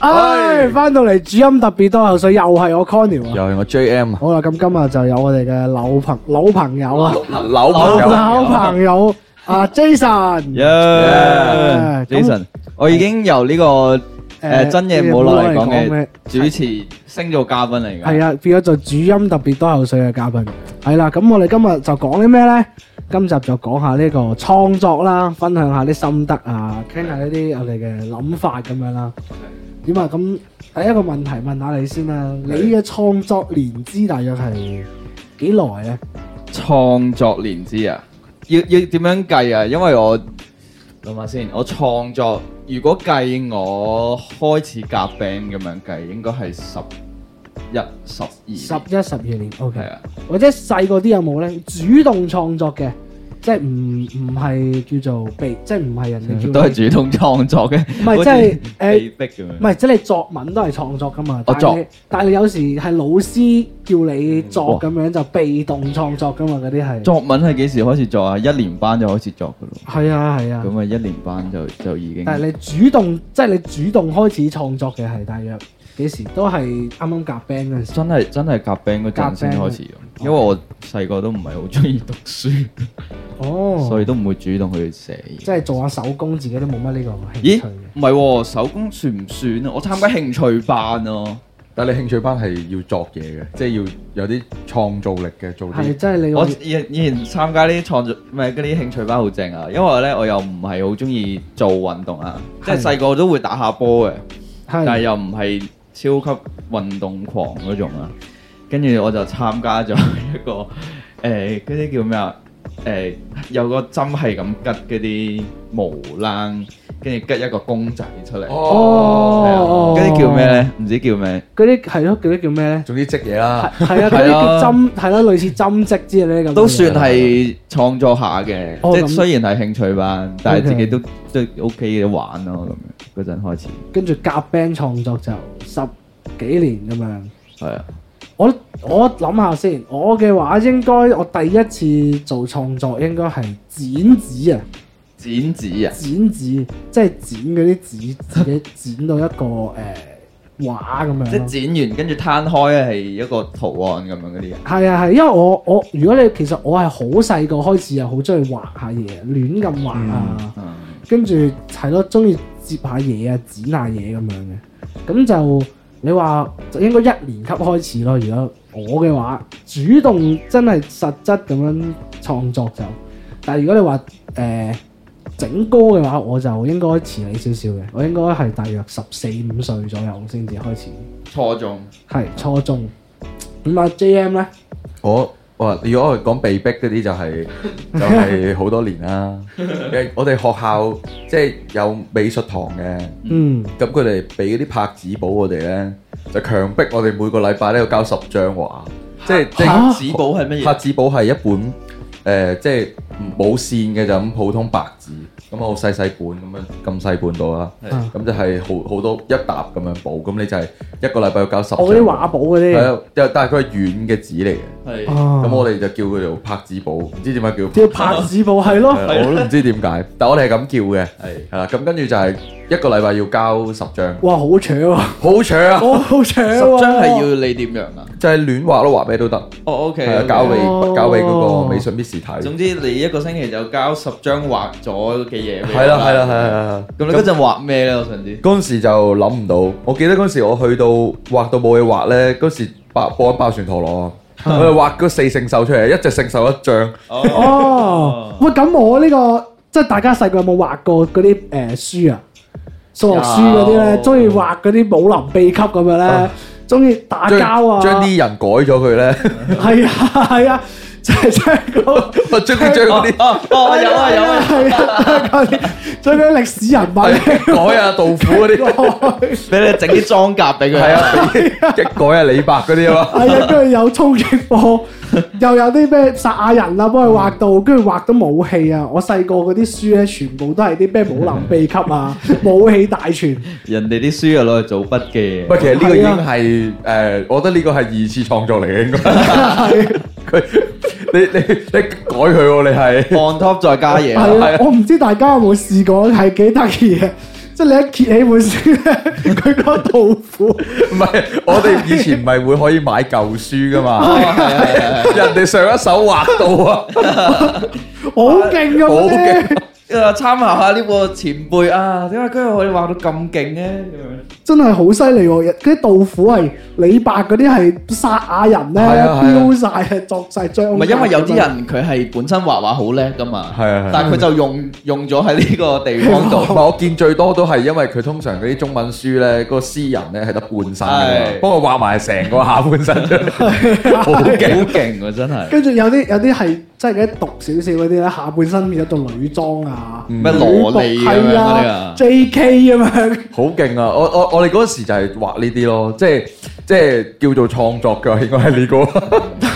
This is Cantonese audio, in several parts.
唉，翻到嚟主音特別多口水，又係我 Conny 啊！又係我 JM 啊，好啦，咁今日就有我哋嘅老朋老朋友啊，扭朋友，老朋友啊 Jason， Yeah，咁 Jason，我已經由呢個誒誒真嘢冇冇攞嚟講攞嚟講嘅嘅主持升做嘉賓嚟㗎。係啊，變咗做主音特別多口水嘅嘉賓。係啦，咁我哋今日就講啲咩呢？今集就講下呢個創作啦，分享下啲心得啊，傾下呢啲我哋嘅諗法咁樣啦。點啊？咁第一個問題問下你先啦，你嘅創作年資大約係幾耐呢？創作年資啊，要要點樣計啊？因為我諗下先，我創作如果計我開始夾 band 咁樣計，應該係十一、十二。十一、十二年，OK 係。啊，或者細嗰啲有冇咧？主動創作嘅，即係唔唔係叫做被，即係唔係人 哋叫你都係主動創作嘅。唔係即係誒誒被逼咁樣唔。係，即係你作文都係創作噶嘛。但我係你作嗯但係你有時係老師叫你作哇咁樣就被動創作噶嘛，嗰啲係。作文係幾時開始作啊？一年班就開始作㗎咯。係啊係啊，咁啊，一年班就就已經。但係你主動，即係你主動開始創作嘅係大約幾時？都係啱啱夾 band 嗰陣時。真係真係夾 band 嗰陣先開始用，因為我細個都唔係好中意讀書，哦，所以都唔會主動去寫即嘢。係做下手工，自己都冇乜呢個興咦趣嘅。？唔係喎，手工算唔算啊？我參加興趣班啊咯，但係你興趣班係要作嘢嘅，即係要有啲創造力嘅，做係啲真係你我個以以前參加啲創作唔係嗰啲興趣班好正啊，因為咧我又唔係好中意做運動啊，即係細個都會打下波嘅，但係係又唔係超級運動狂嗰種啊。跟住我就參加咗一個 誒嗰啲叫咩啊？誒、有個針係咁拮嗰啲毛冷，跟住拮一個公仔出 Ờ. 嚟。係啊哦，嗰啲叫咩？咧？唔知叫咩？嗰啲係咯，嗰啲叫咩咧？做啲積嘢啦。係啊，嗰啲係叫啊針，係啦，類似針織之類呢咁嘅嘢。都算係創作下嘅，哦即係咁雖然係興趣班，但 OK 係自己都都 OK 嘅玩咯咁樣。嗰陣開始跟住夾 band 創作就十幾年咁樣。係啊，我我諗下先，我嘅話應該我第一次做創作應該係剪紙啊，剪紙啊，剪紙即係剪嗰啲紙，自 己剪到一個誒、呃、畫咁樣咯。即係剪完跟住攤開咧係一個圖案咁樣嗰啲啊。係啊係，因為我我如果你其實我係好細個開始又好中意畫下嘢，亂咁畫啊。嗯跟住係咯，中意接下嘢啊、剪下嘢咁樣嘅。咁就你話就應該一年級開始咯。如果我嘅話，主動真係實質咁樣創作就，但係如果你話誒、呃整歌嘅話，我就應該遲你少少嘅。我應該係大約十四五歲左右先至開始，初中。係初中。咁啊，J M 咧，我哇！如果我講被逼嗰啲就係就係好多年啦。因為我哋學校即係有美術堂嘅，嗯，咁佢哋俾嗰啲拍子簿我哋咧，就強迫我哋每個禮拜咧要交十張畫，即係即係嚇紙簿係乜拍嘢？子簿係一本誒、呃即係冇線嘅就咁普通白紙，咁啊好細細本咁樣咁細本到啦，係啊咁就係好好多一沓咁樣簿，咁你就係一個禮拜要交十我張。哦嗰啲畫簿嗰係啲，啊啊，但係佢係軟嘅紙嚟嘅，係咁咁我哋就叫佢做拍子簿，唔知點解叫叫拍子簿係咯，係啊我都唔知點解，但我哋係咁叫嘅，係係啦。咁跟住就係一個禮拜要交十張，哇好搶喎，好長 啊！我哦好搶十喎，張係要你點樣啊？就係亂畫咯，畫咩都得，哦，OK，係啊，交俾哦交俾嗰個美術 Miss 睇。總之你一個星期就交十張畫咗嘅嘢俾我係啦，係啦，係啦，咁係你啦。嗰咁陣畫咩咧？我想知。嗰陣時就諗唔到，我記得嗰陣時我去到畫到冇嘢畫咧，嗰時爆播緊爆旋陀螺，我哋畫嗰四聖獸出嚟，一隻聖獸一張，哦， 哦，喂，咁我呢、個即係大家細個有冇畫過嗰啲誒書啊？數學書嗰啲咧，有中意畫嗰啲武林秘笈咁樣咧啊，中意打將交啊，將啲人改咗佢咧，係啊係啊，即係即係嗰我將啲將嗰啲哦， 哦，有啊，有啊。係啊，嗰啲將嗰啲歷史人物 改啊杜甫嗰啲。俾你整啲裝甲俾佢。係啊，俾 一改啊李白嗰啲啊嘛，係啊，跟住有衝擊波，又有啲咩殺下人啦，幫佢畫到，跟住畫到武器啊！我細個嗰啲書咧，全部都係啲咩武林秘笈啊、武器大全。人哋啲書啊攞嚟做筆記唔。係其實呢個已經係誒、我覺得呢個係二次創作嚟嘅應該。佢你你你改佢喎，你係 on top 再加嘢啊。係係啊啊，我唔知大家有冇試過，係幾得意嘅。啊即係你一揭起本書咧，佢嗰套褲唔係，我哋以前唔係會可以買舊書 噶嘛？人哋上一手畫到啊，好勁噶，好勁嗰啲啊參考下呢個前輩啊，點解今日我哋畫到咁勁咧？咁樣真係好犀利喎！嗰啲杜甫係李白嗰啲係撒亞人咧，係啊係啊標晒係作晒章。唔係因為有啲人佢係本身畫畫好叻噶嘛，係啊係啊但係佢就用用咗喺呢個地方講到度唔。係我見最多都係因為佢通常嗰啲中文書咧，個詩人咧係得半身嘅嘛係，幫我畫埋成個下半身出 嚟， 好勁。好勁啊！真係跟住有啲有啲係即係嗰啲毒少少嗰啲咧，下半身變咗到女裝啊，嗯咩蘿莉咁樣係嗰啲啊啊？，J.K. 咁樣。好勁啊！我我我哋嗰時就係畫呢啲咯，即係即係叫做創作嘅，應該係呢個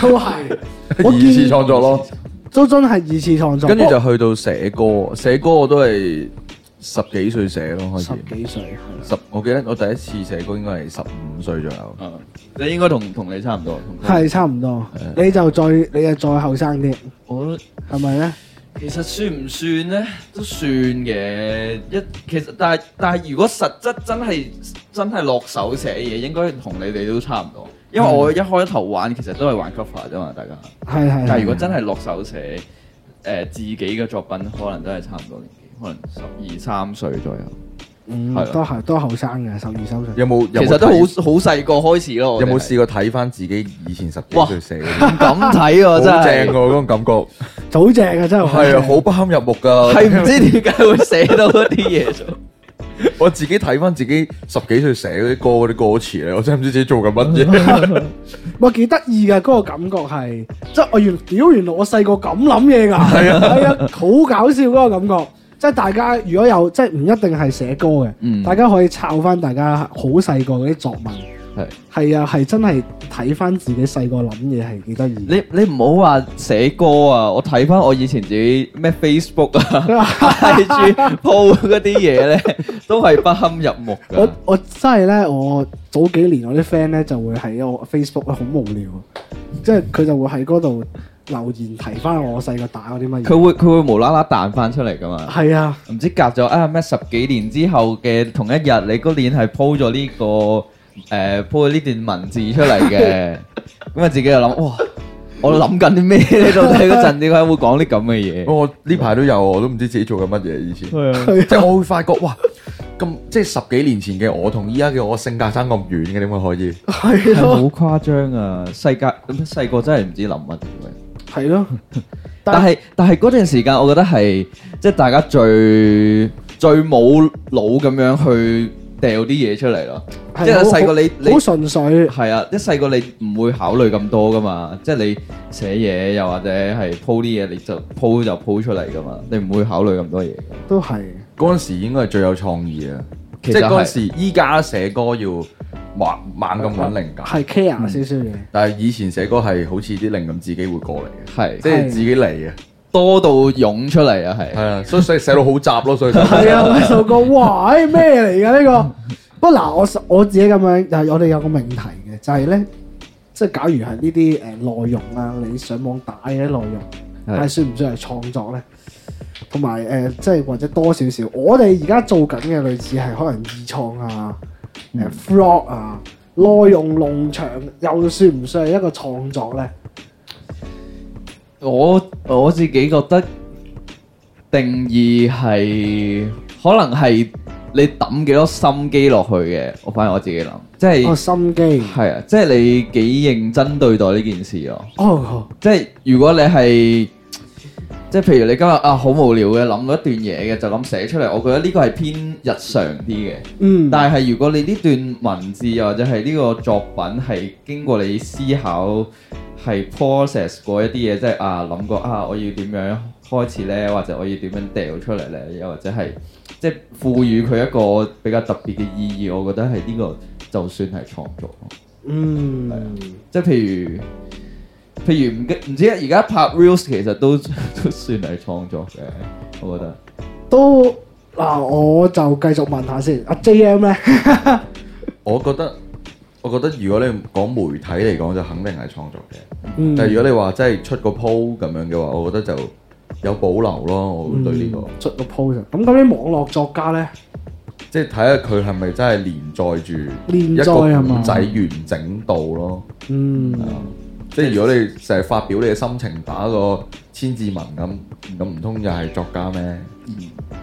都係 我二次見創作咯。都真係二次創作，跟住就去到寫歌，寫歌我都係十幾歲寫咯，開十始幾歲，十，我記得我第一次寫歌應該係十五歲左右。啊！你應該同同你差唔多。同佢係差唔多。你就再你就再後生啲，我係咪咧？其實算唔算咧？都算嘅。一其實但係但係，如果實質真係真係落手寫嘢，應該同你哋都差唔多。因為嗯我一開頭玩其實都係玩 cover 啫嘛，大家。係嗯係。但係如果真係落手寫誒、呃自己嘅作品，可能都係差唔多年紀，可能十二三歲左右。嗯係啊都係都後生嘅，十二三歲。有冇？其有冇實都好睇好細個開始咯。我有哋冇係試過睇翻自己以前十幾哇歲寫嗰啲？唔敢睇好喎，真正喎，係。嗰種感 覺早正嘅真係好係啊，正。好不堪入目㗎。係唔知點解會寫到嗰啲嘢出嚟 我自己睇翻自己十幾歲寫嗰啲歌嗰啲歌詞咧，我真係唔知自己做緊乜 嘢。哇幾得意嘅嗰個感覺係，即係我原屌原來我細個咁諗嘢㗎，係啊係啊，好搞笑嗰個感覺。即係大家如果有即係唔一定係寫歌嘅，嗯大家可以抄翻大家好細個嗰啲作文。係啊，係真係睇翻自己細個諗嘢係幾得意。你你唔好話寫歌啊！我睇翻我以前自己咩 Facebook 啊、IG po 嗰啲嘢咧，都係不堪入目 我噶。我真係咧，我早幾年我啲 friend 咧就會喺我 Facebook 咧好無聊，即係佢就會喺嗰度留言提翻我細個打嗰啲乜嘢。佢會佢會無啦啦彈翻出嚟噶嘛？係啊，唔知隔咗啊咩十幾年之後嘅同一日，你嗰年係 po 咗呢個誒 po 咗呢段文字出嚟 嘅，咁啊自己就諗哇，我諗緊啲咩咧？到底嗰陣點解會講啲咁嘅 嘢？我呢排都有，我都唔知自己做緊乜嘢以前。 係哦啊係啊即係我會發覺，哇！咁即係十幾年前嘅我同依家嘅我性格差咁遠嘅，點解可以？係好咯，誇張啊！世界咁細個真係唔知諗乜嘅。係咯。但係但係嗰段時間，我覺得係即係大家最最冇腦咁樣去掉啲嘢出嚟咯。係啊即係好細個你你好純粹，係啊，一細個你唔會考慮咁多噶嘛，即係你寫嘢又或者係 po 啲嘢，你就 po 就 po 出嚟噶嘛，你唔會考慮咁多嘢㗎。都係嗰陣時應該係最有創意啊！其即實係嗰係陣時，依家寫歌要猛猛咁揾靈感，係 care 嗯少少嘢。但係以前寫歌係好似啲靈感自己會過嚟嘅，係即係係自己嚟嘅。多到湧出嚟啊，係係啊，所以寫寫到好雜咯，所以就 係啊，呢首歌， 哇！誒咩嚟㗎呢個？不過嗱，我實我自己咁樣，但係我哋有個命題嘅，就係咧，即係假如係呢啲誒內容啊，你上網打嘅啲內容，但係算唔算係創作咧？同埋誒，即係或者多少少，我哋而家做緊嘅類似係可能二創啊、嗯誒 frog 啊、內容農場，又算唔算係一個創作咧？我我自己覺得定義係可能係你抌幾多心機落去嘅，我反而我自己諗，即係個心機係啊，即係你幾認真對待呢件事咯。哦，即係如果你係即係譬如你今日啊好無聊嘅諗到一段嘢嘅就咁寫出嚟，我覺得呢個係偏日常啲嘅。嗯，但係如果你呢段文字又或者係呢個作品係經過你思考，係 process 過一啲嘢，即係啊諗過啊我要點樣開始呢？或者我要點樣掉出嚟呢？又或者係即係賦予佢一個比較特別嘅意義，我覺得係呢個就算係創作咯。嗯，即係譬如譬如唔記唔知而家拍 reels 其實都 都算係創作嘅，我覺得。都嗱，我就繼續問下先，阿 J M 咧，我覺得，我覺得如果你講媒體嚟講，就肯定係創作嘅。嗯但係如果你話真係出個 po 咁樣嘅話，我覺得就嗯有保留咯。我會對呢、個。出個 post 啊咁，咁啲網絡作家咧，即係睇下佢係咪真係連載住連一載個係嘛故仔完整度咯。嗯，即係如果你成日發表你嘅心情打個千字文咁，咁唔通又係作家咩？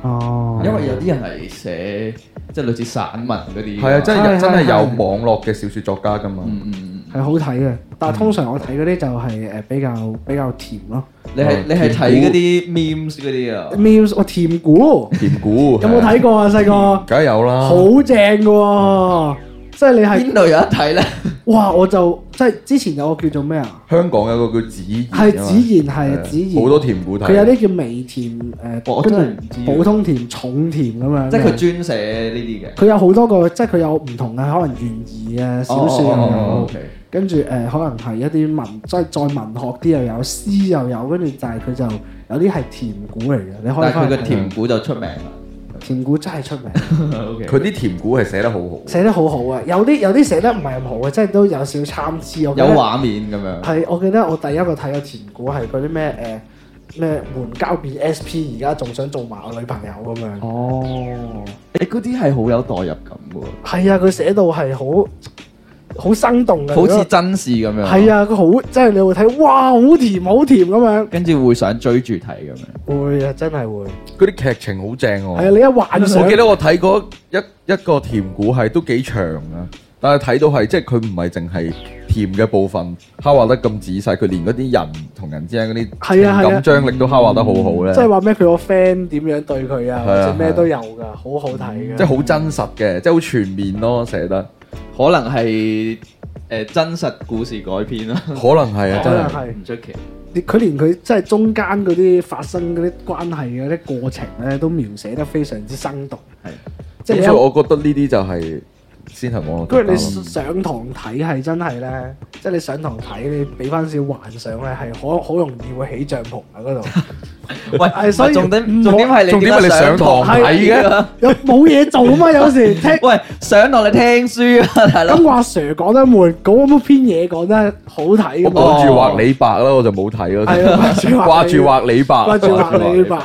哦，因為有啲人係寫即係類似散文嗰啲㗎嘛，係啊，真係係真係係有係網絡嘅小説作家噶嘛。嗯嗯嗯，係好睇嘅，但係通常我睇嗰啲就係誒比較比較甜咯你係你係睇嗰啲 memes 嗰啲啊， ，memes 哇甜古甜古有冇睇？過啊細個？梗係有啦。好正嘅喎，即係你係邊度有得睇咧？哇！我就即係之前有個叫做咩啊？香港有個叫子賢啊嘛，係子然係子然好多甜古睇。佢有啲叫微甜誒，我跟真係唔知啊住普通甜、重甜咁樣。即係佢專寫呢啲嘅。佢有好多個，即係佢有唔同嘅可能懸疑嘅小説哦哦哦又有， ，OK 跟住誒可能係一啲文，即係再文學啲又有，詩又有，跟住但係佢就有啲係甜古嚟嘅，你可以但係佢翻去嘅睇甜股就出名啦。甜古真係出名。 O K，佢啲甜古係寫得好好。寫得好好啊，有啲有啲寫得唔係咁好啊嘅，即係都有少少參差。我覺有得畫面咁樣。係，我記得我第一個睇嘅甜股係嗰啲咩誒咩門交變 SP，而家仲想做埋我女朋友咁樣。哦，誒嗰啲係好有代入感嘅喎，係啊，佢寫到係好好生動嘅，好似真事咁樣。啊係，啊，佢好即係你會睇，哇，好甜好甜咁樣。跟住會想追住睇咁樣。會啊，真係會。嗰啲劇情好正係喎。啊，你一幻想，哦我記得我睇過一一個甜故係都幾長啊，但係睇到係即係佢唔係淨係甜嘅部分刻畫得咁仔細，佢連嗰啲人同人之間嗰啲情係啊係啊嗯感張力都刻畫得好好咧，即係話咩佢個 friend 點樣對佢啊，係或啊者咩都有㗎，好好睇嘅。即係好真實嘅，即係好全面咯寫得，可能係誒、真實故事改編啦，可嗯能係啊，可真能係係。 唔出奇。佢連佢即係中間嗰啲發生嗰啲關係嗰啲過程咧，都描寫得非常之生動。係，即係你咁一所以我覺得呢啲就係先係網絡作跟家住你咯。上堂睇係真係咧，即係你上堂睇，你俾翻少幻想咧，係好好容易會起帳篷喺嗰度。喂，係所以重點唔重點係你重哦點係你點解上堂係 啊睇嘅，有冇嘢做啊嘛？有 時聽喂，上堂你聽書啊， 大佬咁。我阿 Sir 講得悶，講嗰篇嘢講得好睇咁我嘛。掛住畫李白啦，我就冇睇咯。係 啊掛掛住住畫李白，掛住畫李白，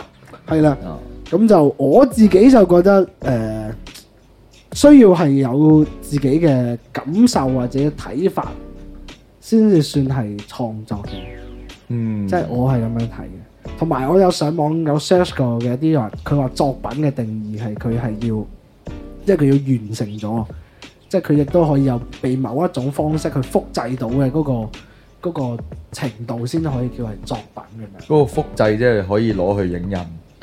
係啦。哦咁就我自己就覺得誒、呃需要係有自己嘅感受或者睇法，先至算係創作嘅。嗯，即係我係咁樣睇嘅。同埋我有上網有 search 過嘅一啲話，佢話作品嘅定義係佢係要，即係佢要完成咗，即係佢亦都可以有被某一種方式去複製到嘅嗰、個嗰、個程度先可以叫係作品咁樣。嗰個複製即係可以攞去影印，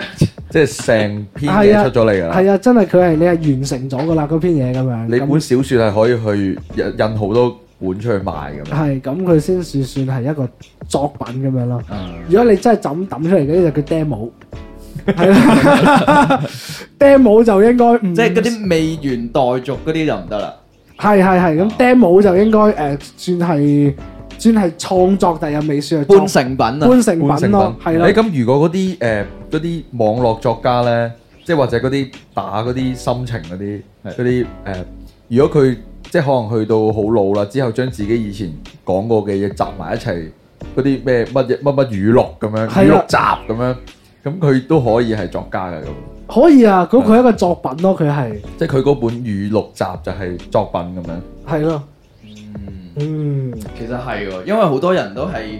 即係成篇係啊嘢出咗嚟㗎啦。係啊，真係佢係你係完成咗噶啦嗰篇嘢咁樣。你咁本小説係可以去印印好多本出去賣咁樣。係咁，佢先算算係一個作品咁樣咯。嗯如果你真係就咁抌出嚟嘅，呢就叫 demo。係 啦，demo 就應該唔即係嗰啲未完待續嗰啲就唔得啦。係係係咁 demo 就應該誒、呃算係算係創作，但又未算係作半成品半啊，成半成品品咯，係誒啦。咁如果嗰啲誒嗰啲網絡作家咧，即係或者嗰啲打嗰啲心情嗰啲係嗰啲誒，如果佢即係可能去到好老啦，之後將自己以前講過嘅嘢集埋一齊，嗰啲咩乜嘢乜乜語錄咁樣語係啦錄集咁樣，咁佢都可以係作家嘅咁。可以啊，咁佢係一個作品咯，佢係即係佢嗰本語錄集就係作品咁樣。係咯，嗯嗯，其實係喎，因為好多人都係，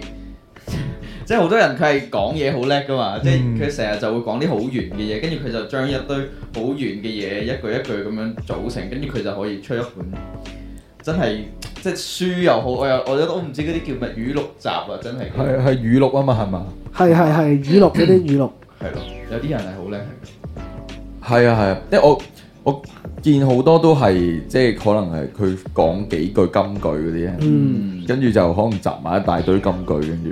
即係好多人佢係講嘢好叻噶嘛，即係嗯佢成日就會講啲好圓嘅嘢，跟住佢就將一堆好圓嘅嘢一句一句咁樣組成，跟住佢就可以出一本真係即係書又好，我又我都唔知嗰啲叫乜語錄集啊，真係係係語錄啊嘛，係嘛？係係係語錄嗰啲語錄，係咯，有啲人係好叻係係啊係啊，因為我我見好多都係即係可能係佢講幾句金句嗰啲咧，嗯，跟住就可能集埋一大堆金句，跟住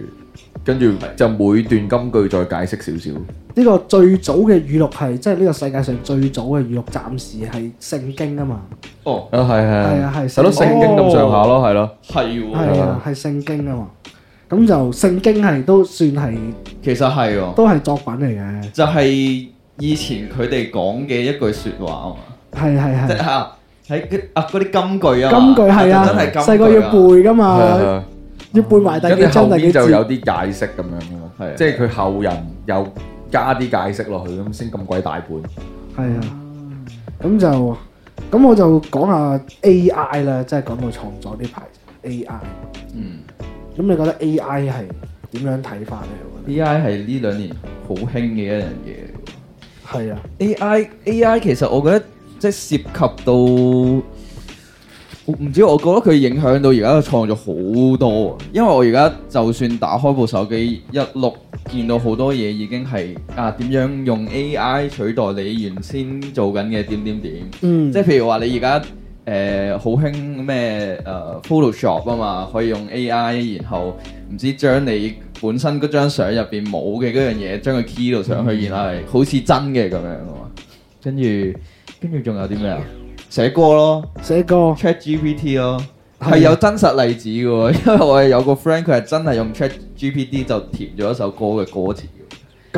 跟住就每段金句再解釋少少。呢個最早嘅語錄係即係呢個世界上最早嘅語錄，暫時係聖經啊嘛，哦，啊係係係啊係係咯，聖經咁上下咯，係咯。係係喎，啊係聖經啊嘛，咁就聖經係都算係其實係喎，都係作品嚟嘅，就係以前佢哋講嘅一句説話啊嘛。係係即係係嚇喺嗰啊嗰啲金句啊嘛，金句係啊真係，金句細個要背噶係啊係嘛，啊要背埋第跟幾住嗯後章第幾面就節。有啲解釋咁樣咯，係啊即係佢後人又加啲解釋落去，咁先咁鬼大本。係啊，咁就咁我就講下 AI 啦，即係講到創作呢排 AI。嗯咁你覺得 AI 係點樣睇法咧？我覺，AI 係呢兩年好興嘅一樣嘢得嚟喎。係啊， AI AI 其實我覺得即係涉及到，我唔知我覺得佢影響到而家嘅創作好多啊，因為我而家就算打開部手機一碌，見到好多嘢已經係啊點樣用 AI 取代你原先做緊嘅點點點。嗯，即係譬如話你而家誒好興咩誒 Photoshop 啊嘛，可以用 AI，然後唔知將你本身嗰張相入邊冇嘅嗰樣嘢，將佢 key 到上去，然後係好似真嘅咁樣啊嘛。跟住跟住仲有啲咩啊？寫歌咯寫歌，ChatGPT 咯。係啊係有真實例子嘅喎， 因為我有個 friend 佢係真係用 ChatGPT 就填咗一首歌嘅歌詞嘅，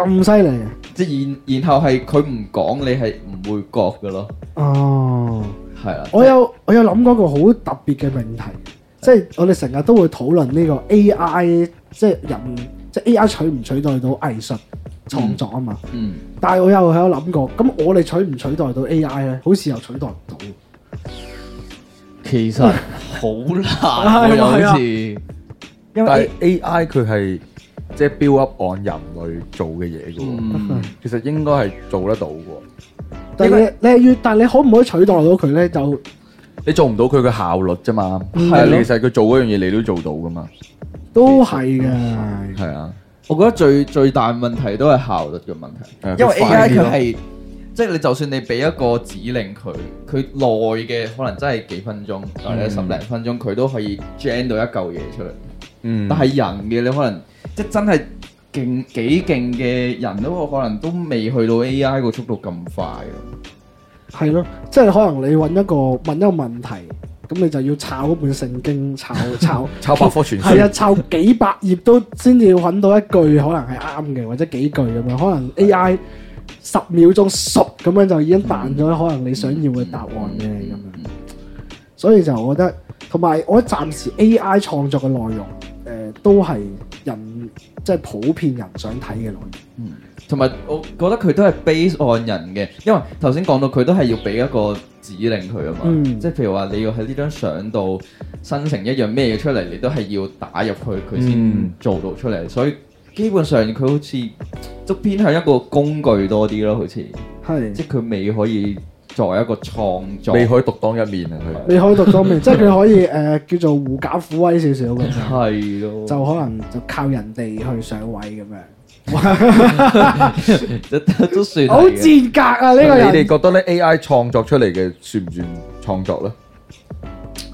咁犀利啊！即係然然後係佢唔講你係唔會覺嘅咯，哦，係啦。我有我有諗過個好特別嘅命題，即係我哋成日都會討論呢個 AI，即係人即係 AI 取唔取代到藝術創作啊嘛。嗯。但係我又喺度諗過，咁我哋取唔取代到 AI 咧？好似又取代唔到。其實係咪好難喎，啊有次，因但係為 AI 佢係即係 build up on 人類做嘅嘢嘅喎，嗯其實應該係做得到嘅喎。但係你你係要，但係你可唔可以取代到佢咧？就你做唔到佢嘅效率啫嘛，嗯但係係啊咯你其實佢做嗰樣嘢你都做到噶嘛，都係嘅。係啊，我覺得最最大問題都係效率嘅問題係，因為佢快 AI 啲咯佢係即係你就算你俾一個指令佢，佢耐嘅可能真係幾分鐘或者十零分鐘，佢都可以 gen 到一嚿嘢出嚟。嗯，但係人嘅你可能即係真係勁幾勁嘅人都可能都未去到 AI 個速度咁快咯。係咯，即係可能你揾一個問一個問題，咁你就要抄嗰本聖經， 抄抄抄百科全係啊，書，抄幾百頁都先至揾到一句可能係啱嘅，或者幾句咁樣。可能 AI 十秒鐘熟咁樣就已經彈咗可能你想要嘅答案嘅咁樣。所以就我覺得，同埋我暫時 AI 創作嘅內容，誒、都係人即係普遍人想睇嘅內容。同埋我覺得佢都係 base on 人嘅，因為頭先講到佢都係要俾一個指令佢啊嘛，嗯即係譬如話你要喺呢張相度生成一樣咩嘢出嚟，你都係要打入去佢先嗯做到出嚟，所以基本上佢好似都偏向一個工具多啲咯，好似係。即係佢未可以作為一個創作，你可以獨當一面啊佢。你可以讀多面， 即係佢可以誒、呃叫做狐假虎威少少咁樣。係咯，就可能就靠人哋去上位咁樣，都都算嗯好係 賤嘅。格啊！呢個你哋人覺得咧 AI 創作出嚟嘅算唔算創作咧？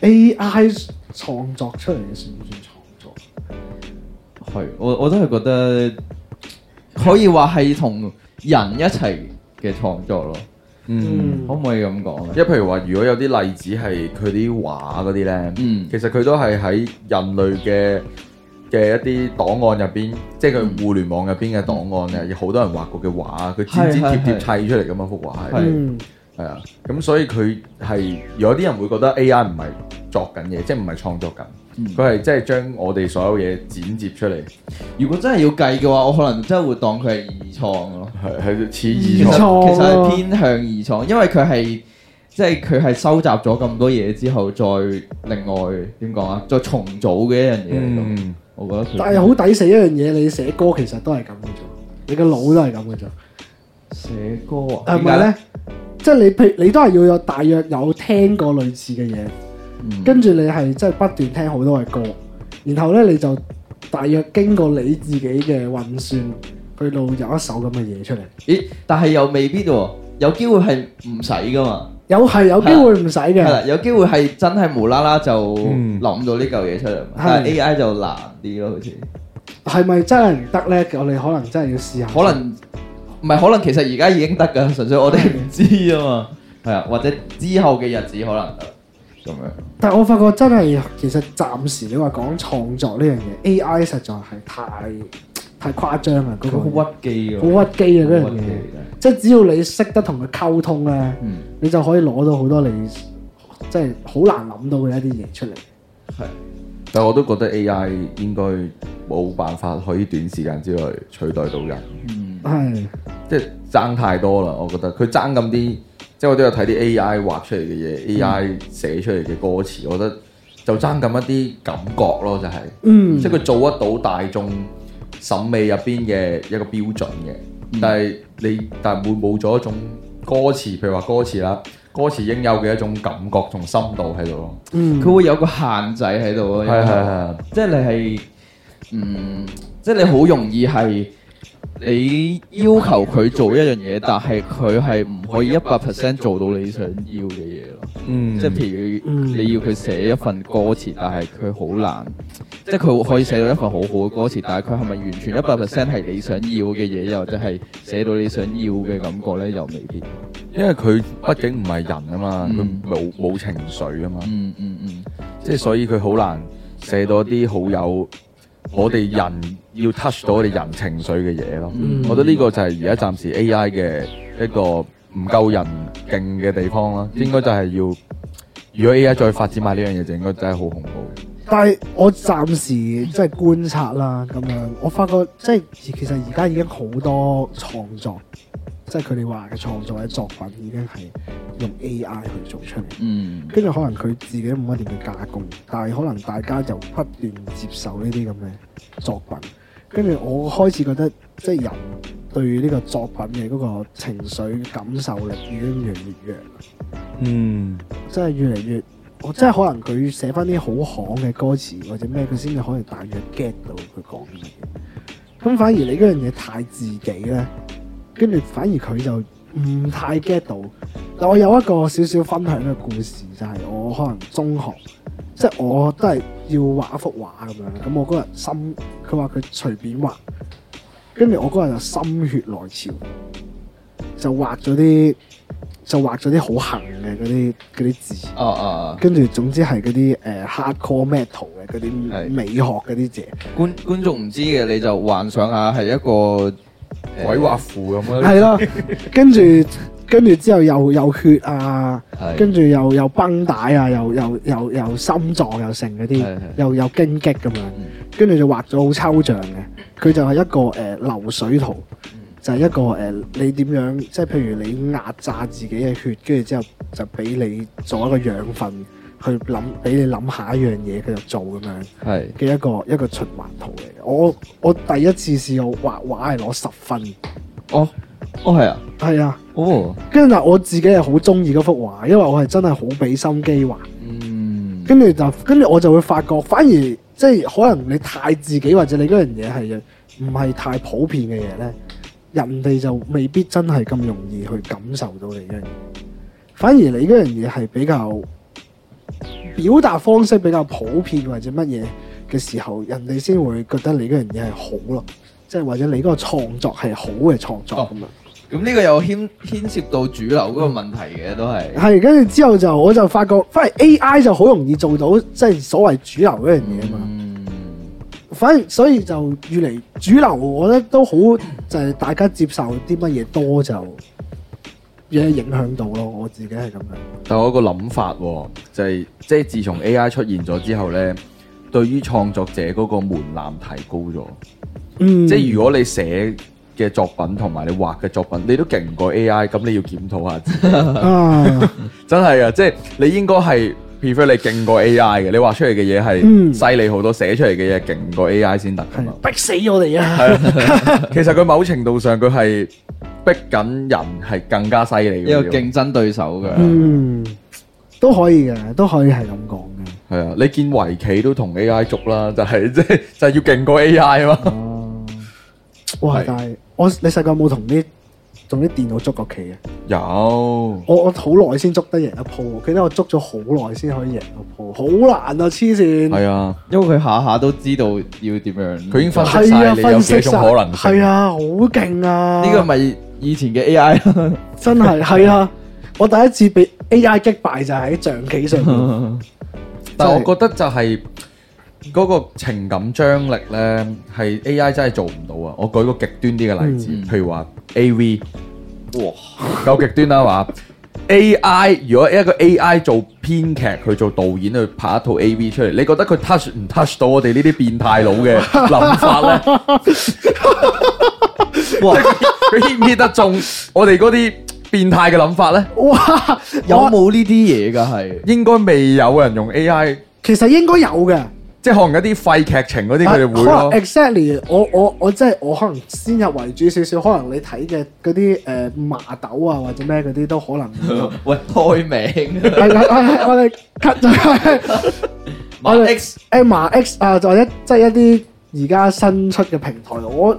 AI 創作出嚟嘅算唔算創作？係，我我都係覺得可以話係同人一齊嘅創作咯。嗯，可唔可以咁講一咧？譬如話，如果有啲例子係佢啲畫嗰啲咧，嗯其實佢都係喺人類嘅嘅一啲檔案入邊，即係佢互聯網入邊嘅檔案啊咧，有好多人畫過嘅畫，佢係剪剪貼貼係砌出嚟咁嘛幅畫係係嗯，係啊，咁所以佢係有啲人會覺得 AI 唔係作緊嘢，即係唔係創作嗯緊，佢係即係將我哋所有嘢剪接出嚟，如果真係要計嘅話，我可能真係會當佢係二創咯。係係似二意其實創，創其實啊係偏向二創，因為佢係即係佢係收集咗咁多嘢之後，再另外點講啊，再重組嘅一樣嘢嚟講。嗯，我覺得佢但係好抵死一樣嘢，你寫歌其實都係咁嘅啫，你個腦都係咁嘅啫，寫歌啊，係點解咪咧咧？？即係你譬你都係要有大約有聽過類似嘅嘢，嗯跟住你係真係不斷聽好多嘅歌，然後咧你就大約經過你自己嘅運算，去到有一首咁嘅嘢出嚟。咦？但係又未必喎，有機會係唔使噶嘛。有係有機會唔使係嘅，啦，有機會係真係無啦啦就諗嗯到呢嚿嘢出嚟嘛，但係係 AI 就難啲咯，好似。係咪真係唔得咧？我哋可能真係要試下。可能唔係，可能其實而家已經得噶，純粹我哋唔知啊嘛。 係啊，或者之後嘅日子可能得咁樣。但係我發覺真係其實暫時你話講創作呢樣嘢，AI 實在係太太誇張啊啦，嗰、個佢好屈機㗎，好屈機啊嗰樣好屈機嘢。真係即係只要你識得同佢溝通咧，嗯，你就可以攞到好多你即係好難諗到嘅一啲嘢出嚟。係但係我都覺得 AI 應該冇辦法可以短時間之內取代到人，嗯係即係爭太多啦，我覺得佢爭咁啲，即係我都有睇啲 AI 畫出嚟嘅嘢，AI 寫出嚟嘅歌詞，我覺得就爭咁一啲感覺咯，就係、嗯即係佢做得到大眾審美入邊嘅一個標準嘅，但係你但係會冇咗一種歌詞，譬如話歌詞啦，歌詞應有嘅一種感覺同深度喺度咯，嗯，佢會有個限制喺度係咯，因為係啊係，即係你係，嗯，即係你好容易係你要求佢做一樣嘢，但係佢係唔可以一百 percent 做到你想要嘅嘢咯。嗯即係譬如嗯你要佢寫一份歌詞，但係佢好難，即係佢可以寫到一份好好嘅歌詞，但係佢係咪完全一百 percent 係你想要嘅嘢，又或者係寫到你想要嘅感覺咧？又未必。因為佢畢竟唔係人啊嘛，佢嗯冇冇情緒啊嘛。嗯嗯嗯，即係所以佢好難寫到一啲好有我哋人要 touch 到我哋人情緒嘅嘢咯。嗯我覺得呢個就係而家暫時 AI 嘅一個唔夠人勁嘅地方啦。應該就係要，如果 AI 再發展埋呢樣嘢，就應該真係好恐怖。但係我暫時即係觀察啦，咁樣我發覺即係其實而家已經好多創作，即係佢哋話嘅創作嘅作品已經係用 AI 去做出嚟，嗯跟住可能佢自己冇乜點去加工，但係可能大家就不斷接受呢啲咁嘅作品，跟住我開始覺得即係人對呢個作品嘅嗰個情緒感受力已經越嚟越弱。嗯，真係越嚟越，我真係可能佢寫翻啲好行嘅歌詞或者咩，佢先至可能大約 get 到佢講乜嘢。咁反而你嗰樣嘢太自己咧，跟住反而佢就唔太 get 到。但我有一個少少分享嘅故事，就係、我可能中學，即係我都係要畫一幅畫咁樣。咁我嗰日心，佢話佢隨便畫，跟住我嗰日就心血來潮，就畫咗啲就畫咗啲好行嘅嗰啲嗰啲字。啊啊，跟住總之係嗰啲誒 hardcore metal 嘅嗰係啲美學嗰啲嘢，觀觀眾唔知嘅你就幻想下係一個鬼畫符咁啊啦。係咯，跟住跟住之後又有血啊，呃係跟住又又繃帶啊，又又又又心臟又剩嗰係啲係，又又荊棘咁樣嗯，跟住就畫咗好抽象嘅，佢就係一個誒、呃流水圖，就係、一個誒、呃你點樣，即係譬如你壓榨自己嘅血，跟住之後就俾你做一個養分，去諗俾你諗下一樣嘢，佢就做咁樣。係嘅一個一個循環圖嚟嘅。我我第一次試我畫畫係攞十分，哦哦係啊係啊，哦跟住但我自己係好中意嗰幅畫，因為我係真係好俾心機畫。嗯跟住就跟住我就會發覺，反而即係可能你太自己或者你嗰樣嘢係唔係太普遍嘅嘢咧，人哋就未必真係咁容易去感受到你嗰樣嘢。反而你嗰樣嘢係比較表達方式比較普遍或者乜嘢嘅時候，人哋先會覺得你嗰樣嘢係好咯，即係或者你嗰個創作係好嘅創作咁樣。咁呢個又牽牽涉到主流嗰個問題嘅都係係，跟住之後就我就發覺，反而 AI 就好容易做到即係所謂主流嗰樣嘢啊嘛。嗯反而所以就越嚟主流，我覺得都好就係、大家接受啲乜嘢多就嘢影響到咯。我自己係咁樣。但我有個諗法喎，就係即係自從 AI 出現咗之後呢，對於創作者嗰個門檻提高咗。嗯即係如果你寫嘅作品同埋你畫嘅作品，你都勁唔過 AI，咁你要檢討下自己。啊， 真係啊，即係你應該係 prefer 你勁過 AI 嘅，你畫出嚟嘅嘢係嗯犀利好多，寫出嚟嘅嘢勁過 AI 先得㗎嘛。 逼死我哋啊！係 其實佢某程度上佢係逼緊人係更加犀利一個嘅喎。競爭對手㗎，嗯，都可以嘅，都可以係咁講嘅。係啊，你見圍棋都同 AI 捉啦，就係即係就係要勁過 AI 嘛。哦，哇！係但係我你細個有冇同啲同啲電腦捉過棋啊？有我我好耐先捉得贏一鋪，我記得我捉咗好耐先可以贏一鋪，好難啊！黐線。係啊，因為佢下下都知道要點樣。佢已經分析係晒啊，你有分析幾種晒，可能性。係啊，好勁啊！呢個咪以前嘅 AI 咯。真 係係啊！我第一次被 AI 擊敗就係喺象棋上面。 但真我係覺得就係嗰個情感張力呢，係 AI 真係做唔到啊！我舉個極端啲嘅例子，嗯譬如話 AV 哇！夠極端啦話 AI 如果一個 AI 做編劇，佢做導演去拍一套 AV 出嚟，你覺得佢 touch 唔 touch 到我 哋呢啲變態佬嘅諗法呢？哇！佢 hit 唔 hit 得中我哋嗰啲變態嘅諗法咧？哇！有我冇呢啲嘢㗎？係應該未有人用 AI，其實應該有嘅，即係可能一啲廢劇情嗰啲佢哋會啊可咯能。exactly，我我我真係我可能先入為主少少，可能你睇嘅嗰啲誒麻豆啊或者咩嗰啲都可 能會有。喂，開名啊係係係係我哋 cut 咗佢。 我哋 X 誒麻 X 啊，或者即係一啲而家新出嘅平台，我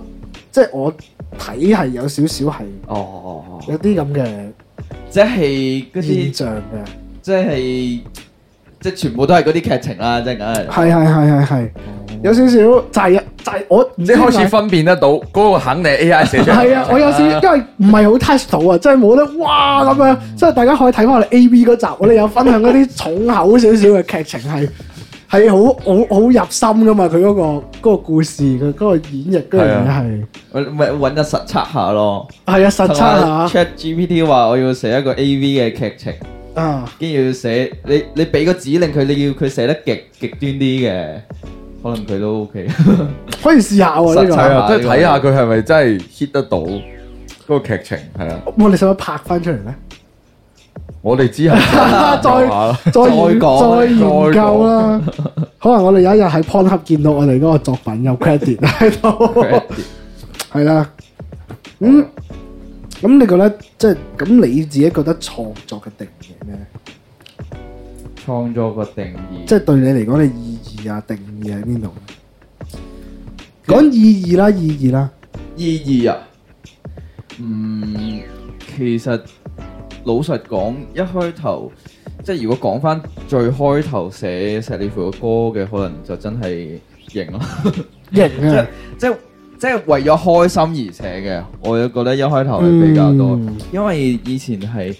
即係我睇係有少少係哦，有啲咁嘅即係嗰現啲，象嘅，即係即係全部都係嗰啲劇情啦，即係梗係。係係係係係有少少就係就係我唔即係開始點解分辨得到嗰個肯定係 AI 寫出嚟。係啊，我有少因為唔係好 touch 到啊，真係冇得哇咁樣，所以大家可以睇翻我哋 A V 嗰集，我哋有分享嗰啲重口少少嘅劇情係係好好好入心噶嘛，佢嗰、個嗰、個故事佢嗰個演繹嗰樣嘢係啊我咪揾一實測下咯，係啊實測下。 Chat GPT 話我要寫一個 AV 嘅劇情，啊，跟住要寫你你俾個指令佢，你要佢寫得極極端啲嘅，可能佢都 OK。 可以試下喎呢實個際。係啊，即係睇下佢係咪真係 hit 得到嗰個劇情係啊。我哋使唔使拍翻出嚟咧？我哋之後 再再啦。再研講再研究啦。可能我哋有一日喺 PornHub 見到我哋嗰個作品有 credit 喺度，係啦。咁咁，你覺得即係咁你自己覺得創作嘅定義係咩咧？創作個定義，即係對你嚟講，你意義啊定義喺邊度？講意義啦，意義啦，意義啊，嗯，其實老實講，一開頭即係如果講翻最開頭寫石里芙嘅歌嘅，可能就真係型咯。型啊，即係即係為咗開心而寫嘅，我就覺得一開頭係比較多，嗯因為以前係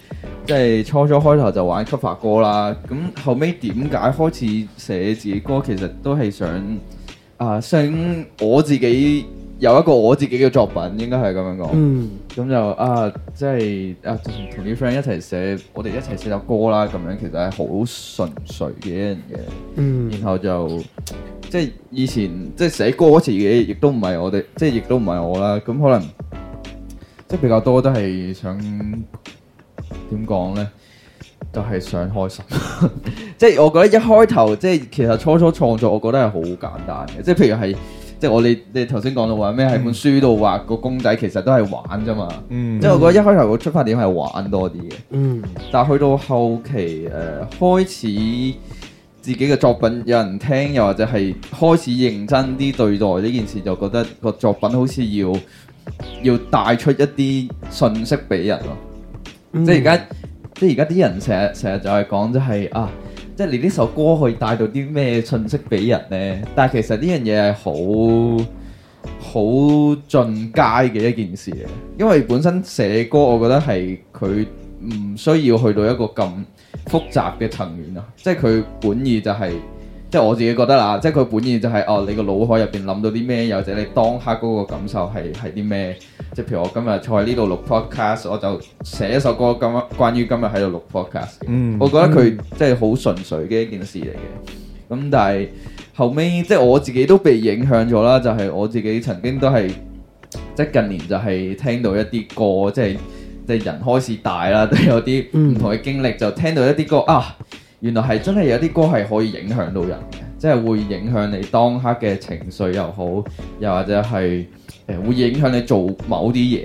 即係初初開頭就玩 cover 歌啦，咁後尾點解開始寫自己歌，其實都係想啊、想我自己有一個我自己嘅作品，應該係咁樣講。嗯，咁就啊，即係啊，同同啲 friend 一齊寫，我哋一齊寫首歌啦，咁樣其實係好純粹嘅一樣嘢。嗯，然後就即係以前即係寫歌詞嘅，亦都唔係我哋，即係亦都唔係我啦。咁可能即係比較多都係想點講呢？就係、想開心。 即係我覺得一開頭即係其實初初創作，我覺得係好簡單嘅。即係譬如係即係我哋你頭先講到話咩喺本書度畫個公仔，其實都係玩啫嘛。嗯即係我覺得一開頭個出發點係玩多啲嘅。嗯，但係去到後期誒、呃、開始自己嘅作品有人聽，又或者係開始認真啲對待呢件事，就覺得個作品好似要要帶出一啲信息俾人咯。嗯即係而家，即係而家啲人成日成日就係講，就係啊，即係你呢首歌可以帶到啲咩信息俾人呢？但係其實呢樣嘢係好好進階嘅一件事嚟，因為本身寫歌，我覺得係佢唔需要去到一個咁複雜嘅層面啊，即係佢本意就係、即係我自己覺得啦，即係佢本意就係、哦，你個腦海入邊諗到啲咩，又或者你當刻嗰個感受係係啲咩？即係譬如我今日坐喺呢度錄 podcast，我就寫一首歌今關於今日喺度錄 podcast 嘅。嗯我覺得佢即係好純粹嘅一件事嚟嘅。咁但係後尾即係我自己都被影響咗啦，就係、我自己曾經都係即係近年就係聽到一啲歌，即係即係人開始大啦， 都有啲唔同嘅經歷，就聽到一啲歌啊，原來係真係有啲歌係可以影響到人嘅，即係會影響你當刻嘅情緒又好，又或者係誒、呃、會影響你做某啲嘢。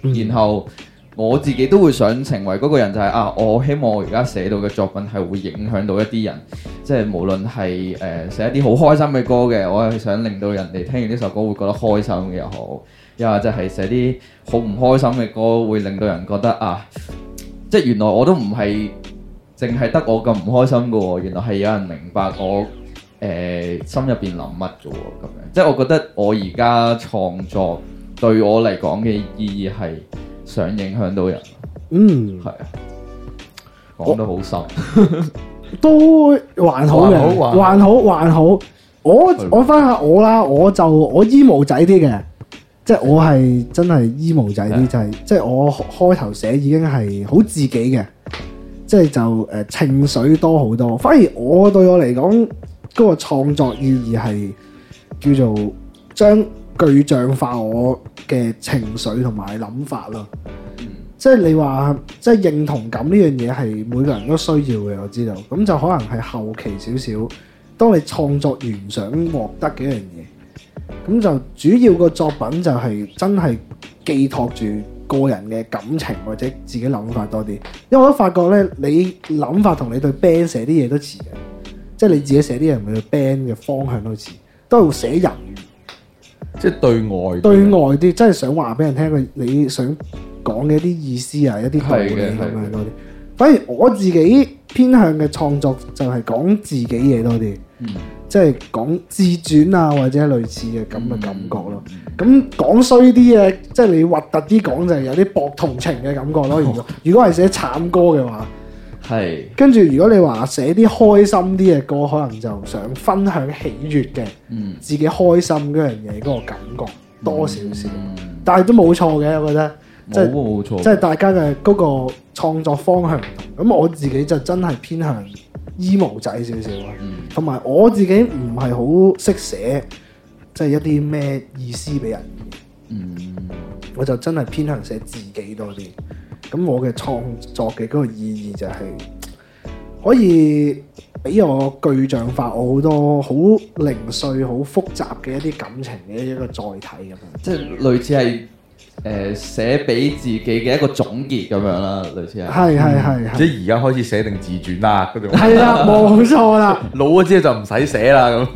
然後我自己都會想成為嗰個人，就係、啊，我希望我而家寫到嘅作品係會影響到一啲人，即係無論係誒、呃、寫一啲好開心嘅歌嘅，我係想令到人哋聽完呢首歌會覺得開心嘅又好，又或者係寫啲好唔開心嘅歌，會令到人覺得啊，即係原來我都唔係淨係得我咁唔開心嘅喎，原來係有人明白我。誒、心入邊諗乜嘅喎，咁樣即係我覺得我而家創作對我嚟講嘅意義係想影響到人，嗯係啊，講得好深，都還好嘅，還還好還好還好。我係我翻下我啦，我就我衣毛仔啲嘅，即係我係真係衣毛仔啲，係就係即係我開頭寫已經係好自己嘅，即係就誒、呃情緒多好多。反而我對我嚟講，嗰、個創作意義係叫做將具象化我嘅情緒同埋諗法咯。即係你話，即係認同感呢樣嘢係每個人都需要嘅，我知道。咁就可能係後期少少，當你創作完想獲得嘅一樣嘢，咁就主要個作品就係真係寄託住個人嘅感情或者自己諗法多啲。因為我都發覺咧，你諗法同你對 band 寫啲嘢都似嘅，即係你自己寫啲嘢同你對 band 嘅方向都似，都係會寫人即係對外對外啲，真係想話俾人聽佢你想講嘅一啲意思啊，一啲道理係嘅咁係嘅樣多啲。反而我自己偏向嘅創作就係講自己嘢多啲，嗯即係講自傳啊或者類似嘅咁嗯嘅感覺咯。咁講衰啲嘅，即係你核突啲講就係有啲博同情嘅感覺 咯。如果如果係寫慘歌嘅話，係跟住如果你話寫啲開心啲嘅歌，可能就想分享喜悅嘅。嗯自己開心嗰樣嘢嗰個感覺多少少，嗯但係都冇錯嘅，我覺得即冇係冇錯，即係大家嘅嗰個創作方向唔同。咁我自己就真係偏向 emo 仔少少啊，嗯同埋我自己唔係好識寫，即係一啲咩意思俾人，嗯我就真係偏向寫自己多啲。咁我嘅創作嘅嗰個意義就係、可以俾我具象化我好多好零碎、好複雜嘅一啲感情嘅一個載體咁樣。即係類似係誒寫俾自己嘅一個總結咁樣啦，類似係。啊係係係即係。係而家開始寫定自傳啦，跟住話係啦，冇錯啦，老咗之後就唔使寫啦咁。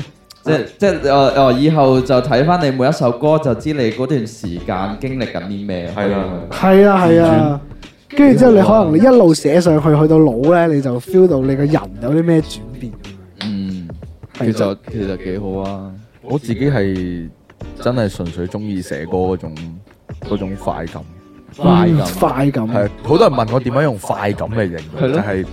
即係即係我我以後就睇翻你每一首歌，就知你嗰段時間經歷緊啲咩。係啦係啊係啊，跟住之後你可能你一路寫上去，去到老咧，你就 feel 到你個人有啲咩轉變咁樣。嗯，其係實其實幾好啊。我自己係真係純粹中意寫歌嗰種嗯嗰種快感，快感嗯快感，係好多人問我點樣用快感嚟形係容，咯就係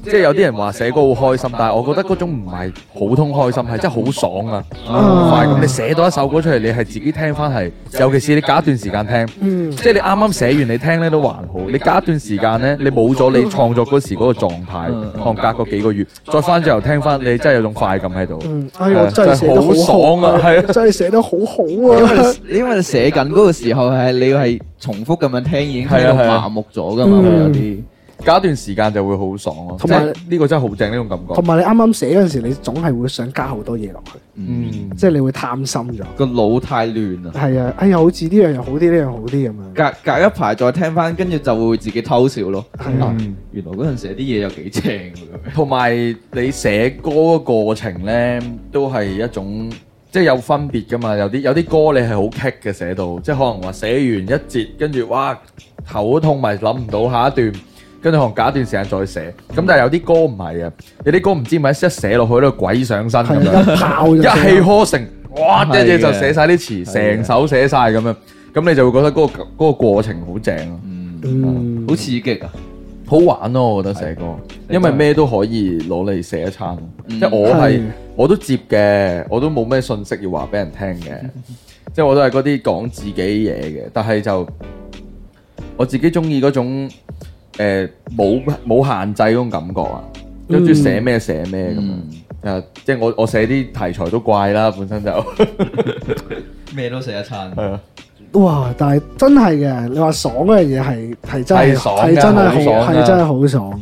即係有啲人話寫歌好開心，但係我覺得嗰種唔係普通開心，係真係好爽啊！嗯啊快感，你寫到一首歌出嚟，你係自己聽翻係，嗯尤其是你隔一段時間聽。嗯，即係你啱啱寫完你聽咧都還好，你隔一段時間咧，你冇咗你創作嗰時嗰個狀態嗯，可能隔嗰幾個月，再翻之後聽翻，你真係有種快感喺度。嗯，哎，我真係寫得好真係好爽啊係啊真係寫得好好啊， 因為你寫緊嗰個時候係你係重複咁樣聽，已經聽到係啊係啊麻木咗噶嘛，嗯會有啲隔一段時間就會好爽咯。同埋即係呢個真係好正呢種感覺同。埋你啱啱寫嗰陣時，你總係會想加好多嘢落去，嗯嗯，即係你會貪心咗。個腦太亂啦。係啊，哎呀，好似呢樣又好啲，呢樣好啲咁樣。隔隔一排再聽翻，跟住就會自己偷笑咯。係啊，嗯原來嗰陣寫啲嘢有幾正喎咁樣。同埋你寫歌嘅過程咧，都係一種即係有分別噶嘛。有啲有啲歌你係好棘嘅寫到，即係可能話寫完一節，跟住哇頭痛咪諗唔到下一段，跟住可能隔一段時間再寫。咁但係有啲歌唔係啊，有啲歌唔知點解一寫落去咧鬼上身咁係啊一樣，炮 就一死氣啦呵成，哇啊一係嘅嘢就寫晒啲詞，係嘅成首寫晒咁樣，咁你就會覺得嗰、個嗰、個過程好正咯。嗯，嗯，好刺激啊！好玩咯、我覺得寫歌，因為咩都可以攞嚟寫一餐。嗯即係我係係我都接嘅，我都冇咩信息要話俾人聽嘅，即係我都係嗰啲講自己嘢嘅。但係就我自己中意嗰種誒冇冇限制嗰種感覺啊，即係中意寫咩寫咩咁樣。誒，即係我我寫啲題材都怪啦，本身就咩都寫一餐。係啊，哇！但係真係嘅，你話爽嗰樣嘢係係真係係爽係㗎真係好爽好㗎係真係好爽。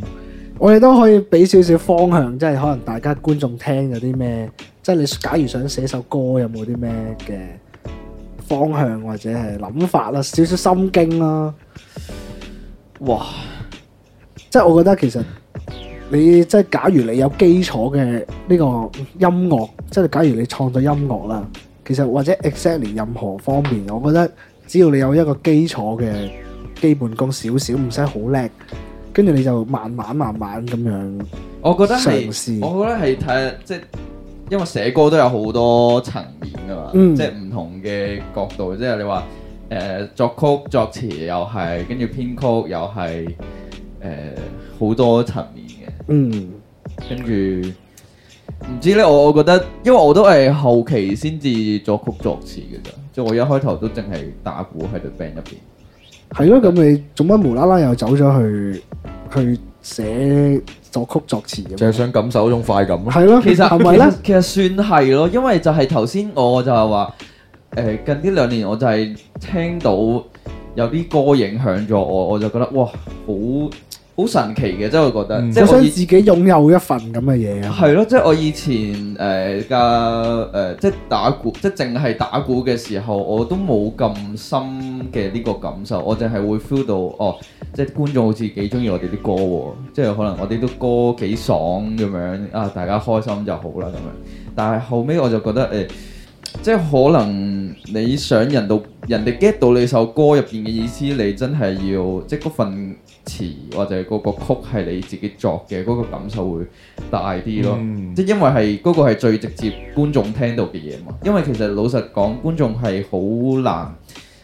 我哋都可以俾少少方向，即係可能大家觀眾聽有啲咩，即係你假如想寫首歌，有冇啲咩嘅方向或者係諗法啦，少少心經啦。哇！即係我覺得其實你即係假如你有基礎嘅呢個音樂，即係假如你創作音樂啦，其實或者 exactly 任何方面，我覺得只要你有一個基礎嘅基本功少少，唔使好叻，跟住你就慢慢慢慢咁樣，我覺得係嘗，試我覺得係睇即係，因為寫歌都有好多層面噶嘛，嗯即係唔同嘅角度，即係你話誒、作曲作詞又係，跟住編曲又係，誒、好多層面嘅。嗯，跟住唔知咧，我我覺得，因為我都係後期先至作曲作詞嘅咋，即係我一開頭都淨係打鼓喺隊 band 入邊。係咯，咁你做乜無啦啦又走咗去去寫作曲作詞咁就係樣？想感受嗰種快感咯。係咯，其實係咪咧？其實其實算係咯，因為就係頭先我就係話誒近呢兩年我就係聽到有啲歌影響咗我，我就覺得哇好好神奇嘅，真係會覺得，嗯即我係我想以自己擁有一份咁嘅嘢啊！係咯，即係我以前誒嘅誒，即係打鼓，即係淨係打鼓嘅時候，我都冇咁深嘅呢個感受，我淨係會 feel 到哦，即係觀眾好似幾中意我哋啲歌喎，即係可能我哋啲歌幾爽咁樣啊，大家開心就好啦咁樣。但係後尾我就覺得誒、即係可能你想人到 人哋 get 到你首歌入邊嘅意思，你真係要即係嗰份詞或者嗰個曲係你自己作嘅，嗰、個感受會大啲咯。嗯即係因為係嗰、個係最直接觀眾聽到嘅嘢嘛。因為其實老實講，觀眾係好難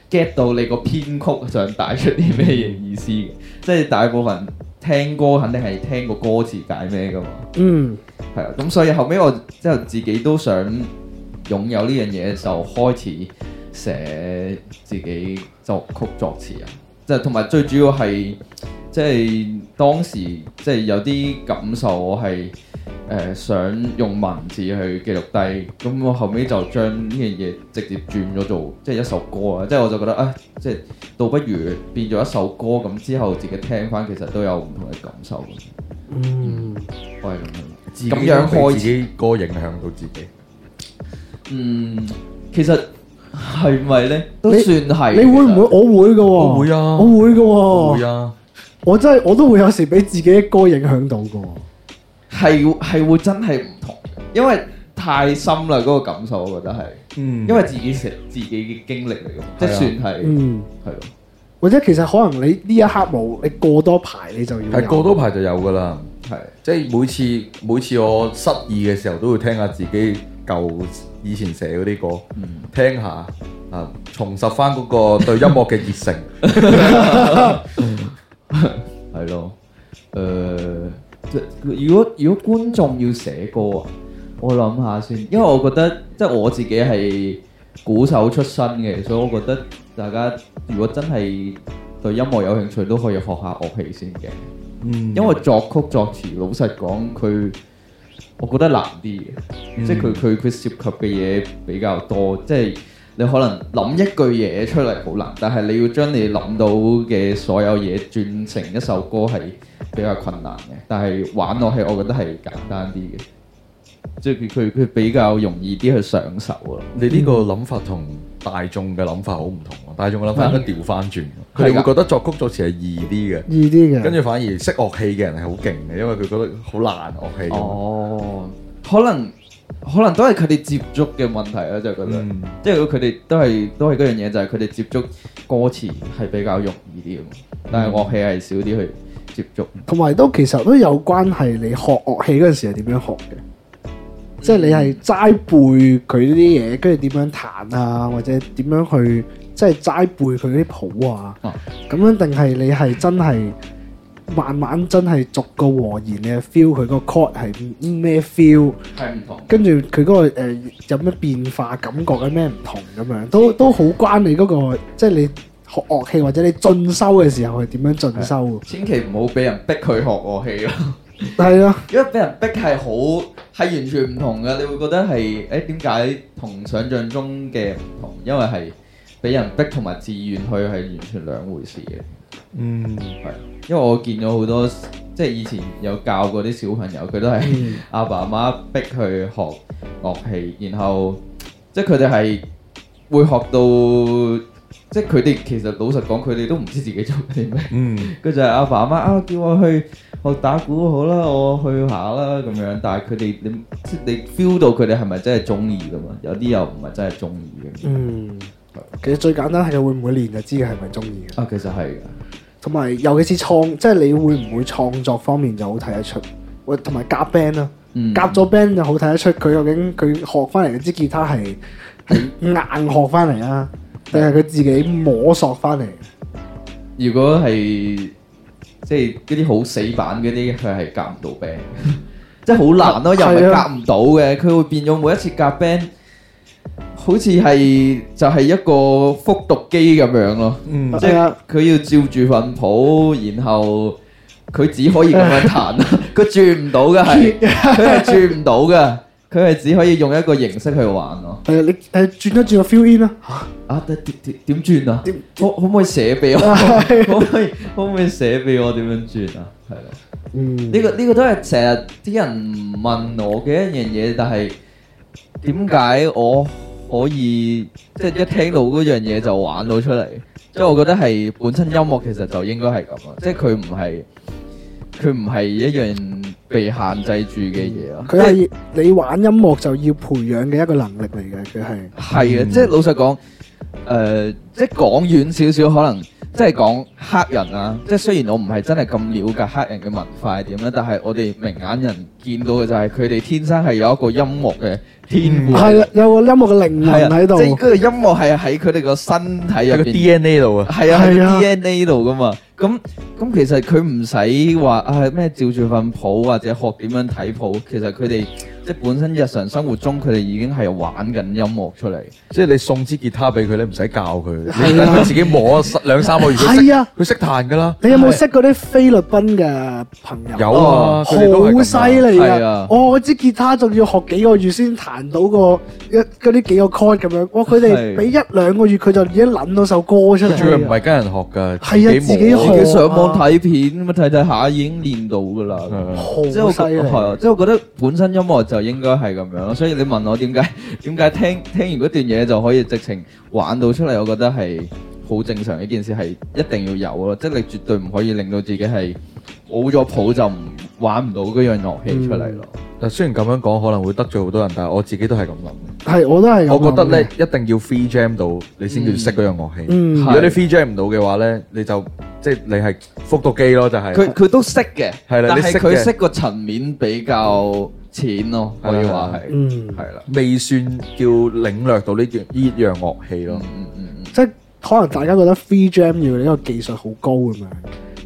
get 到你個編曲想帶出啲咩嘢意思嘅。即係大部分聽歌肯定係聽個歌詞解咩噶嘛。嗯，係啊，咁所以後尾我之後自己都想擁有呢樣嘢，就開始寫自己作曲作詞啊，即係同埋最主要係即係當時即係有啲感受，我係誒、呃想用文字去記錄低，咁我後尾就將呢樣嘢直接轉咗做即係一首歌啊，即係我就覺得啊，即係倒不如變咗一首歌咁之後，自己聽翻其實都有唔同嘅感受，嗯，我係咁樣。自己咁樣都俾開自己歌影響到自己。嗯，其實係咪咧？都你算係。你會唔會？我會噶喎，我會啊我會噶會喎，啊，我真係我都會有時俾自己嘅歌影響到噶喎。其實係係會真係唔同嘅，因為太深啦嗰、個感受，我覺得係，嗯因為自己成自己嘅經歷嚟嘅，即係係啊算係嗯，係咯。或者其實可能你呢一刻冇，你過多排你就要有。係過多排就有㗎啦。係即係每次每次我失意嘅時候，都會聽下自己舊以前寫嗰啲歌，聽下啊，重拾翻嗰個對音樂嘅熱誠。係咯，誒、即如果如果觀眾要寫歌啊，我諗下先，因為我覺得即係我自己係鼓手出身嘅，所以我覺得大家如果真係對音樂有興趣，都可以學下樂器先嘅。嗯因為作曲作詞，老實講，佢我覺得難啲嘅，即係佢佢佢涉及嘅嘢比較多，即係你可能諗一句嘢出嚟好難，但係你要將你諗到嘅所有嘢轉成一首歌係比較困難嘅。但係玩樂器，我覺得係簡單啲嘅，即係佢佢佢比較容易啲去上手咯。你呢個諗法同大眾嘅諗法好唔同啊！大眾嘅諗法應該調翻轉，佢哋係會㗎覺得作曲作詞係易啲嘅。易啲嘅。跟住反而識樂器嘅人係好勁嘅，因為佢覺得好難樂器。哦，可能可能都係佢哋接觸嘅問題啦，就覺得。嗯，即係佢哋都係都係嗰樣嘢，就係佢哋接觸歌詞係比較容易啲嘅，但係樂器係少啲去接觸。同埋都其實都有關係，你學樂器嗰陣時係點樣學嘅？即係你係齋背佢呢啲嘢，跟住點樣彈啊，或者點樣去即係齋背佢啲譜啊，哦咁樣定係你係真係慢慢真係逐個和弦，你係 feel 佢個 chord 係咩 feel，係唔同。跟住佢嗰個誒、呃有咩變化，感覺有咩唔同咁樣，都都好關你嗰、個即係你學樂器或者你進修嘅時候係點樣進修嘅？千祈唔好俾人逼佢學樂 器咯，係啊。因為俾人逼係好係完全唔同嘅，你會覺得係誒點解同想像中嘅唔同？因為係俾人逼同埋自願去係完全兩回事嘅。嗯，係，啊因為我見咗好多，即係以前有教過啲小朋友，佢都係嗯阿爸阿媽逼佢學樂器，然後即係佢哋係會學到，即係佢哋其實老實講，佢哋都唔知自己做緊啲咩。 嗯，佢就係阿爸阿媽啊，叫我去學打鼓好啦，我去下啦咁樣。但係佢哋你即係你 feel 到佢哋係咪真係中意噶嘛？有啲又唔係真係中意嘅。嗯，其實最簡單係會唔會練就知佢係咪中意嘅，啊，其實係㗎。同埋尤其是創，即係你會唔會創作方面就好睇得出。喂，同埋夾 band 啊，嗯夾咗 band 就好睇得出佢究竟佢學翻嚟嘅支吉他係係硬學翻嚟啊，定係佢自己摸索翻嚟？如果係即係嗰啲好死板嗰啲，佢係夾唔到 band，即係好難咯，又唔係係夾啊唔到嘅，佢會變咗每一次夾 band，好似係就係一個復讀機咁樣咯，嗯即係係啊佢要照住份譜，然後 佢只可以咁樣彈，佢轉唔到嘅係，佢係轉唔到嘅。佢係只可以用一個形式去玩咯。啊誒你誒轉一轉個 feel in 啦，啊，點點點轉啊點？可可唔可以寫 俾我？可唔可以可唔可以寫俾我點樣轉啊？係咯，嗯，呢、個呢、個都係成日啲人問我嘅一樣嘢，但係點解我可以即係一聽到嗰樣嘢就玩到出嚟？即係我覺得係本身音樂其實就應該係咁啊，即係佢唔係佢唔係一樣被限制住嘅嘢啊。佢係你玩音樂就要培養嘅一個能力嚟嘅，佢係嗯係啊，即係老實講，誒、呃即係講遠少少，可能即係講黑人啊。即係雖然我唔係真係咁了解黑人嘅文化係點啦，但係我哋明眼人見到嘅就係佢哋天生係有一個音樂嘅天賦，嗯係啦，有個音樂嘅靈係魂啊喺即係嗰度，個音樂係喺佢哋個身體入喺個邊。 DNA 度啊，係啊，係喺啊 DNA 度噶嘛。咁咁其實佢唔使話啊咩照住份譜或者學點樣睇譜，其實佢哋即係本身日常生活中佢哋已經係玩緊音樂出嚟。即係你送支吉他俾佢咧，唔使教佢，你係等啊佢自己摸十兩三個月，佢識係啊，佢識彈㗎啦，你有冇識嗰啲菲律賓嘅朋友？有啊，佢哋都係咁好啊犀利係啊啊！哦我支吉他仲要學幾個月先彈到個一嗰啲幾個 chord 咁樣，哇！佢係哋俾一兩個月佢就已經諗到首歌出佢嚟。仲要唔係跟人學係㗎，啊自己摸學自己上網睇片咁啊睇睇下已經練到噶啦。係好即係我覺犀利，係哦啊，即係我覺得本身音樂就應該係咁樣咯。所以你問我點解點解聽聽完嗰段嘢就可以直情玩到出嚟，我覺得係好正常嘅一件事，係一定要有咯。即係你絕對唔可以令到自己係冇咗譜就唔玩唔到嗰樣樂器出嚟咯。但雖然咁樣講可能會得罪好多人，但係我自己都係咁諗係我都係咁諗嘅。嘅我覺得咧，，一定要 free jam 到你先叫識嗰樣樂器。嗯如，果你 free jam 唔到嘅話咧，你就即係你係復讀機咯，就係。佢佢都識嘅，係啦但你識係嘅佢識個層面比較淺咯，可以話係，嗯，係啦，未算叫領略到呢樣呢樣樂器咯嗯。嗯嗯嗯。即係可能大家覺得 free jam 要呢個技術好高咁樣，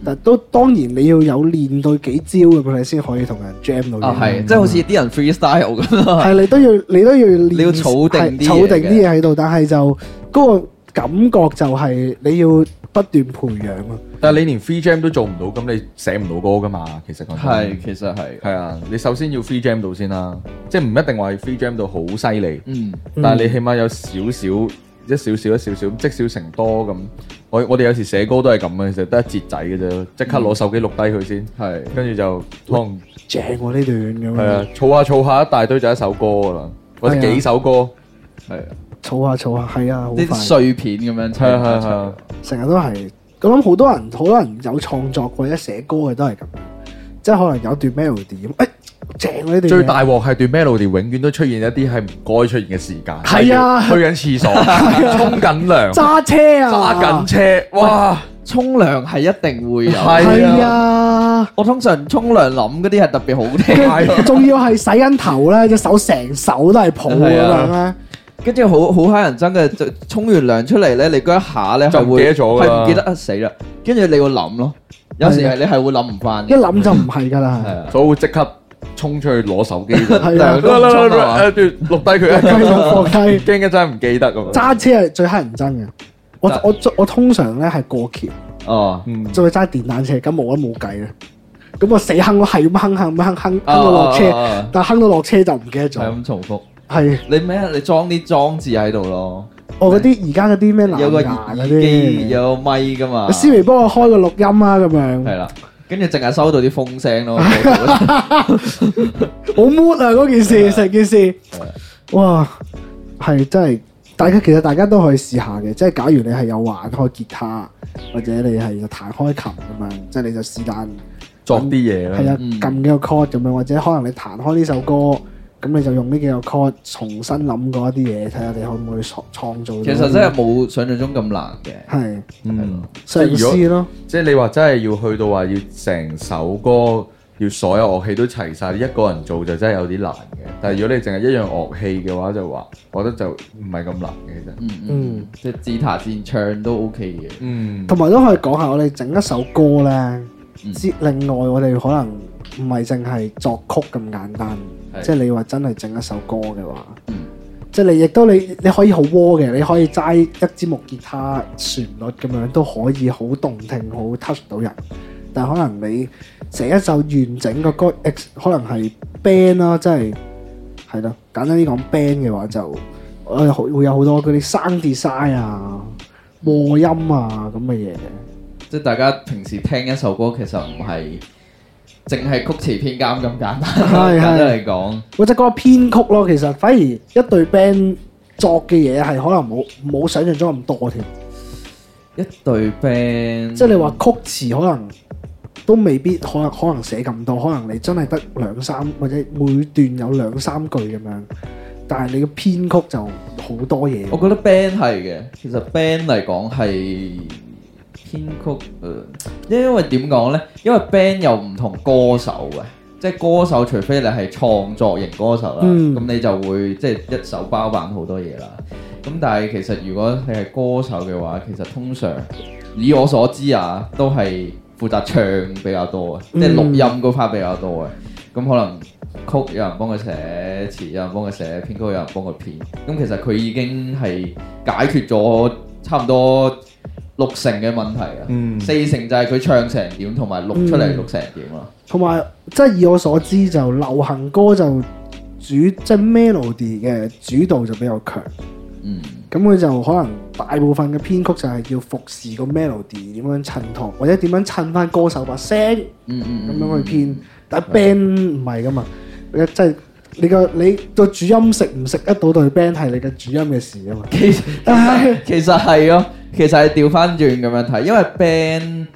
但都當然你要有練到幾招咁樣，你先可以同人 jam 到嘢。啊，係，即係好似啲人 freestyle 咁咯。 係你都要你都要練你要儲定係啲嘢儲定啲嘢喺度，但係就嗰個感覺就係你要不斷培養啊咯。但係你連 free jam 都做唔到，咁你寫唔到歌噶嘛？其實講真係，其實係，係啊，你首先要 free jam 到先啦，即係唔一定話係 free jam 到好犀利，嗯，但係你起碼有少少。一少少一少少，積少成多咁。我我哋有時寫歌都係咁嘅，其實得一節仔嘅啫，即刻攞手機錄低佢先，係，跟住就可能正喎呢係嗯段咁啊樣，，儲下儲下一大堆就一首歌噶啦，或者係啊幾首歌。係啊，儲下儲下，係啊，好啲快，碎片咁樣砌啊係啊埋係一齊係。成日都係。我諗好多人好多人有創作或者寫歌嘅都係咁樣，即係可能有段 melody 咁，誒正喎呢段嘢最大鑊係段 melody 永遠都出現一啲係唔該出現嘅時間，係啊例如去緊廁 所、沖緊涼、揸車啊，揸緊車，哇！沖涼係一定會有，係係啊，我通常沖涼諗嗰啲係特別好聽，係啊仲要係洗緊頭咧，隻手成手都係抱咁係樣啊咧。 跟住好好乞人憎嘅，就沖完涼出嚟咧，你嗰一下咧就係唔會記得咗㗎啦係唔記得啊死啦，跟住你要諗咯，有時係你係會諗唔翻一，諗就唔係㗎啦，係啊，所以會即刻沖出去攞手機， 係涼啊，都唔 沖係嘛誒段錄低佢繼啊，續放低。驚一陣唔記得咁樣。揸車係最乞人憎嘅，我但我我通常咧係過橋，哦，嗯，再揸電單車，咁冇得冇計啦。咁我死坑，我係咁坑坑坑坑坑啊到落啊車，啊啊但坑到落車就唔記得係咗。咁重複。係你咩啊？你裝啲裝置喺度咯，我嗰啲而家嗰啲咩有個藍牙耳嗰機，啲，有個咪噶嘛阿，思維幫我開個錄音啊咁樣，係啦，跟住淨係收到啲風聲咯。好 mood 啊嗰件事，成件事啊，哇，係真係。大家其實大家都可以試下嘅，即係假如你係有玩開吉他，或者你係有彈開琴咁樣，即係你就是但作啲嘢係啦，啊，嗯撳幾個 chord 咁樣，或者可能你彈開呢首歌，咁你就用呢幾個 chord 重新諗過一啲嘢，睇下你可唔可以創創造到。其實真係冇想象中咁難嘅。係嗯，即係嘗如果試咯，即係你話真係要去到話要成首歌要所有樂器都齊晒，一個人做就真係有啲難嘅。但係如果你淨係一樣樂器嘅話，就話我覺得就唔係咁難嘅其實。嗯嗯嗯，即係自彈自唱都 OK 嘅。嗯，同埋都可以講下我哋整一首歌咧，嗯之另外我哋可能唔係淨係作曲咁簡單，係即係你話真係整一首歌嘅話嗯。即係你亦都你你可以好窩嘅，你可以齋一支木吉他旋律咁樣都可以好動聽，好 touch 到人。但係可能你寫一首完整嘅歌，ex- 可能係 band 啦，即係係係咯，簡單啲講 band 嘅話就誒好會有好多嗰啲 sound design 啊、和音啊咁嘅嘢嘅，即係大家平時聽一首歌，其實唔係淨係曲詞編監咁簡單，係係簡單嚟講，或者嗰個編曲咯，其實反而一隊 band 作嘅嘢係可能冇冇想象中咁多添，一隊 band 即係你話曲詞可能。都未必可能可能寫咁多，可能你真係得兩三或者每段有兩三句咁樣，但係你嘅編曲就好多嘢。我覺得 band 係嘅，其實 band 嚟講係編曲，誒、因因為點講呢？因為 band 又唔同歌手嘅，即係歌手，除非你係創作型歌手啦，嗯咁、你就會即係一手包辦好多嘢啦。咁但係其實如果你係歌手嘅話，其實通常以我所知啊，都係負責唱比較多嘅，嗯即係錄音嗰 part 比較多嘅。咁可能曲有人幫佢寫，詞有人幫佢寫，編曲有人幫佢編。咁其實佢已經係解決咗差唔多六成嘅問題啊。嗯四成就係佢唱成點，同埋錄出嚟嗯錄成點啊咯。同埋即係以我所知就流行歌就主即係 melody 嘅主導就比較強，嗯，咁佢就可能大部分嘅編曲就係要服侍個 melody 點樣襯托，或者點樣襯翻歌手把聲咁嗯嗯嗯樣去編。但係 band 唔係噶嘛，你即係你個你個主音食唔食得到對 band 係你嘅主音嘅事啊嘛。 其實唉其實係咯，其實係調翻轉咁樣睇，因為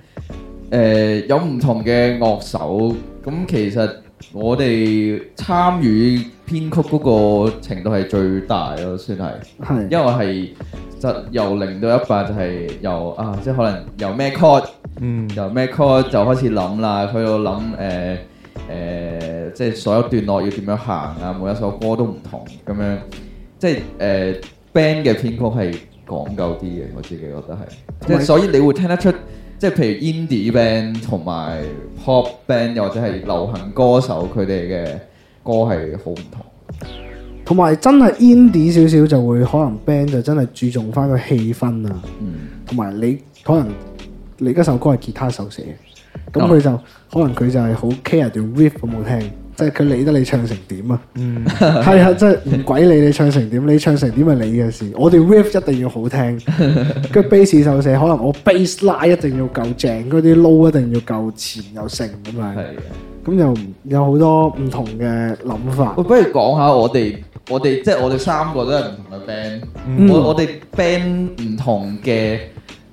band 誒、有唔同嘅樂手，咁其實我哋參與編曲嗰個程度係最大咯，算係。係因為係就由零到一百就係由啊，即係可能由咩 chord，嗯由咩 chord 就開始諗啦，去到諗誒誒，即係所有段落要點樣行啊，每一首歌都唔同咁樣，即係誒、呃 band 嘅編曲係講究啲嘅，我自己覺得係，即同係埋所以你會聽得出。即係譬如 indie band 同埋 pop band，又或者係流行歌手佢哋嘅歌係好唔同。同埋真係 indie 少少就會可能 band 就真係注重翻個氣氛啊。嗯，同埋你可能你嗰首歌係吉他手寫嘅，咁哦佢就、可能佢就係好 care 段 riff 好冇聽，即係佢理得你唱成點啊，嗯，係啊，即係唔鬼理你唱成點，你唱成點係你嘅事，我哋 riff 一定要好 聽，跟住 bass 手寫可能我 bass 拉一定要夠正，嗰啲 low 一定要夠前又盛咁樣，係嘅。咁又唔有好多唔同嘅諗法喂，，不如講下我哋，我哋即係我哋三個都係唔同嘅 band，、嗯我我哋 band 唔同嘅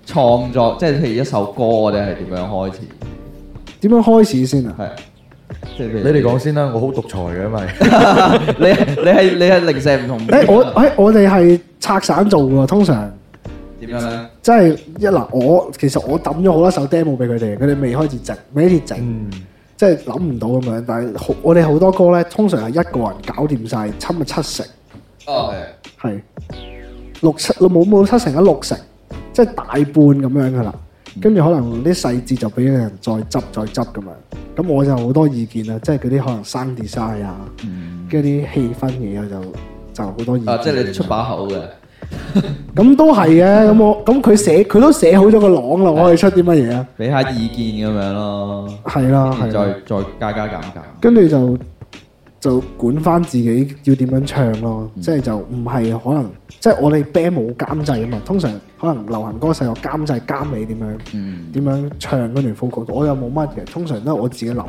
創作，即係譬如一首歌，我哋係點樣開始？點樣開始先啊？係，即係譬嗯你如哋講先啦，我好獨裁嘅，因為你你係你係零舍唔誒、同嘅，我誒、我哋係拆散做喎，通常。點樣咧？即係一嗱，我其實我抌咗好多首 demo 俾佢哋，佢哋未開始整，未開始整，嗯即係諗唔到咁樣。但係好我哋好多歌咧，通常係一個人搞掂晒，差唔多七成，哦，係六七冇冇七成啊，六成，即係大半咁樣噶啦。嗯跟住可能啲細節就俾人再執再執咁樣。咁我就好多意見啦，即係嗰啲可能生 design 啊，係，嗯，跟住啲氣氛嘢啊，就就好多意見。啊，即係你出把口嘅，咁都係嘅。咁我咁佢寫佢都寫好咗個朗啦，我可以出啲乜嘢啊？俾下意見咁樣咯，係啦，啊係跟住啦再。再加加減減。跟住就就管翻自己要點樣唱咯，嗯即係就唔係可能，即係我哋 band 冇監製啊嘛，通常可能流行歌手有監製監你點樣嗯點樣唱嗰段 f o c 我又冇乜嘅，通常都係我自己諗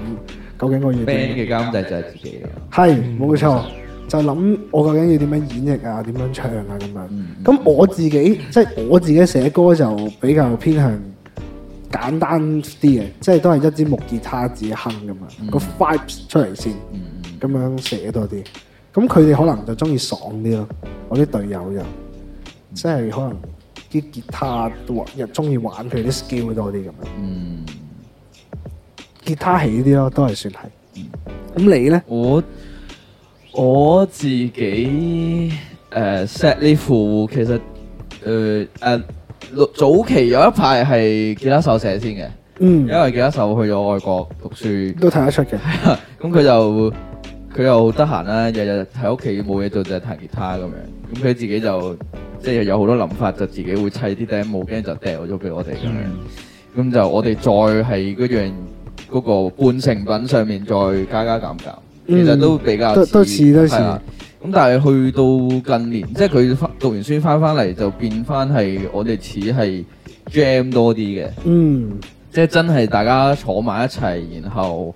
究竟我要，band 點，嘅監製就係自己咯。嗯係冇錯，就諗我究竟要點樣演繹啊，點樣唱啊咁樣。嗯，咁我自己即係我自己寫歌就比較偏向簡單啲嘅，即係都係一支木吉他自己哼咁樣，個 vibes 出嚟先。嗯嗯咁樣寫多啲。咁佢哋可能就中意爽啲咯，我啲隊友嗯就即係可能啲吉他都玩又中意玩佢啲 skill 多啲咁樣，嗯。吉他起啲咯，都係算係。嗯咁你呢？我我自己誒 set 呢副其實誒誒早期有一排係吉他手寫先嘅，嗯，因為吉他手去咗外國讀書，都睇得出嘅。咁佢就佢又好得閒啦，日日喺屋企冇嘢做就係彈吉他咁樣，咁佢自己就即係有好多諗法，就自己會砌啲 demo，跟住就掉咗俾我哋咁樣。咁就我哋再喺嗰樣嗰個半成品上面再加加減減，嗯其實都比較都都似都似係啦啊咁但係去到近年，即係佢返讀完書翻翻嚟就變翻係我哋似係 jam 多啲嘅，嗯，即係真係大家坐埋一齊，然後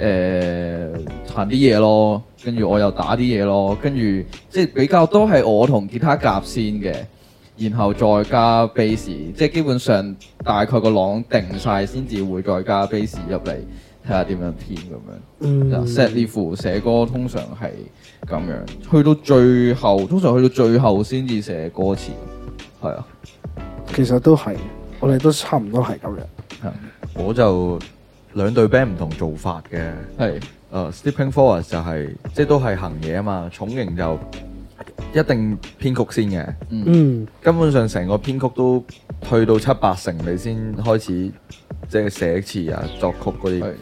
誒彈啲嘢咯，跟住我又打啲嘢咯，跟住即係比較多係我同吉他夾先嘅，然後再加 bass，即係基本上大概個朗定晒先至會再加 bass 入嚟，睇下點樣編咁樣。嗯 set 呢副寫歌通常係咁樣，去到最後，通常去到最後先至寫歌詞，係啊，其實都係，我哋都差唔多係咁樣。係啊我就兩隊 band 唔同做法嘅。係誒 Stepping Forward 就係、即係都係行嘢啊嘛，重型就一定編曲先嘅，嗯，根本上成個編曲都去到七八成，你先開始即係寫詞啊、作曲嗰啲係。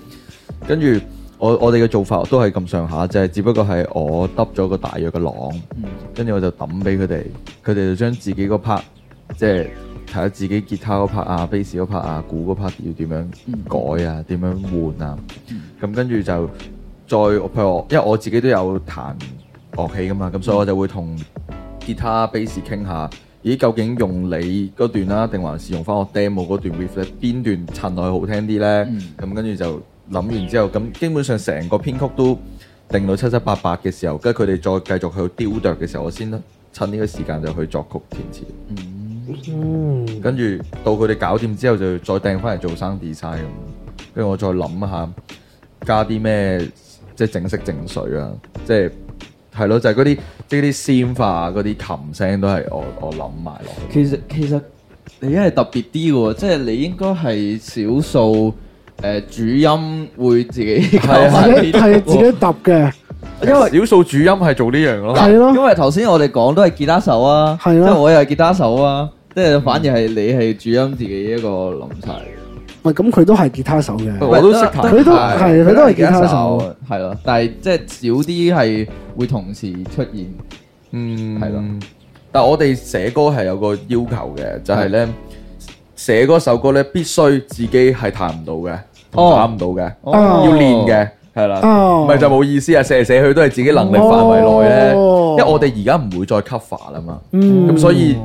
跟住我我哋嘅做法都係咁上下，就係只不過係我揼咗個大約嘅朗，嗯跟住我就抌俾佢哋，佢哋就將自己嗰 part 即係睇下自己吉他嗰 part 啊、bass 嗰 part 啊、鼓嗰 part 要點嗯樣改啊、點樣換啊，咁跟住就再譬如我，因為我自己都有彈樂器噶嘛，咁所以我就會同吉他、bass 傾下。咦，究竟用你嗰段啦，定還是用翻我 demo 嗰段 riff 咧？邊段襯落去好聽啲呢？嗯咁跟住就諗完之後，咁基本上成個編曲都定到七七八八嘅時候，跟住佢哋再繼續去雕琢嘅時候，我先趁呢個時間就去作曲填詞。嗯，跟住到佢哋搞掂之後，就再掟翻嚟做生 design 咁。跟住我再諗下加啲咩，即係整色整水啊，即係係咯，就係嗰啲即係啲鮮化嗰啲琴聲都係我我諗埋落去。其實其實你係特別啲嘅喎，即係你應該係少數誒、呃主音會自己搞係啊翻自己啲係自己揼嘅，因為少數主音係做呢樣咯。係因咯，為頭先我哋講都係吉他手啊，即係咯係我又係吉他手啊，即係反而係你係主音自己一個諗晒嘅。喂，咁佢都係吉他手嘅，我都識彈，佢都係係佢都係吉他手，啊手，啊係咯，但係即係少啲係會同時出現。嗯，係咯。但我哋寫歌係有個要求嘅，就係咧寫嗰首歌咧必須自己係彈唔到嘅，同哦打唔到嘅，哦要練嘅，係啦，哦咪就冇意思啊！寫嚟寫去都係自己能力範圍內咧，哦因為我哋而家唔會再 cover 啦嘛，嗯咁所以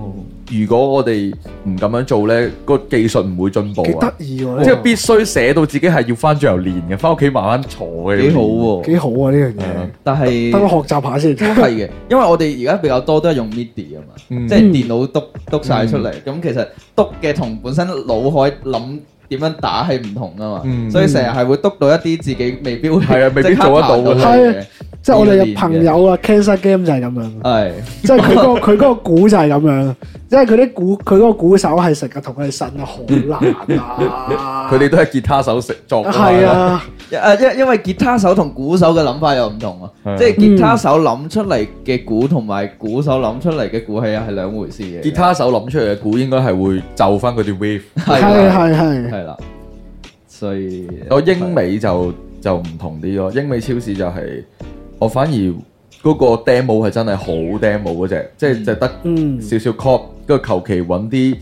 如果我哋唔咁樣做咧，個技術唔會進步幾啊得。意喎，即呢係必須寫到自己係要翻轉頭練嘅，翻屋企慢慢坐嘅。幾好個喎、幾好啊呢樣係啊嘢，但係等我學習下先。 都係嘅，因為我哋而家比較多都係用 MIDI 啊嘛，嗯即係電腦篤篤晒出嚟。咁、其實篤嘅同本身腦海諗點樣打係唔同啊嘛，嗯所以成日係會篤到一啲自己未必會係啊未必即刻做得到嘅彈嘅係 即係我哋嘅朋友啊，Cancer Game 就係咁 啊樣，係即係佢嗰個佢嗰個鼓就係咁樣，即係佢啲鼓佢嗰個鼓手係成日同佢哋呻啊，好難啊，佢哋都係吉他手食作㗎 嘛係，啊，誒，因因為吉他手同鼓手嘅諗法又唔同啊係啊，即係吉他手諗出嚟嘅鼓同埋鼓手諗出嚟嘅鼓係係兩回事嘅。吉他手諗出嚟嘅鼓應該係會就翻嗰啲 wave。係係啦係係，係啦，所以我哦英美就就唔同啲咯，英美超市就係、我反而嗰個 demo 係真係好 demo 嗰只，即係就得嗯少少 cop，跟住求其揾啲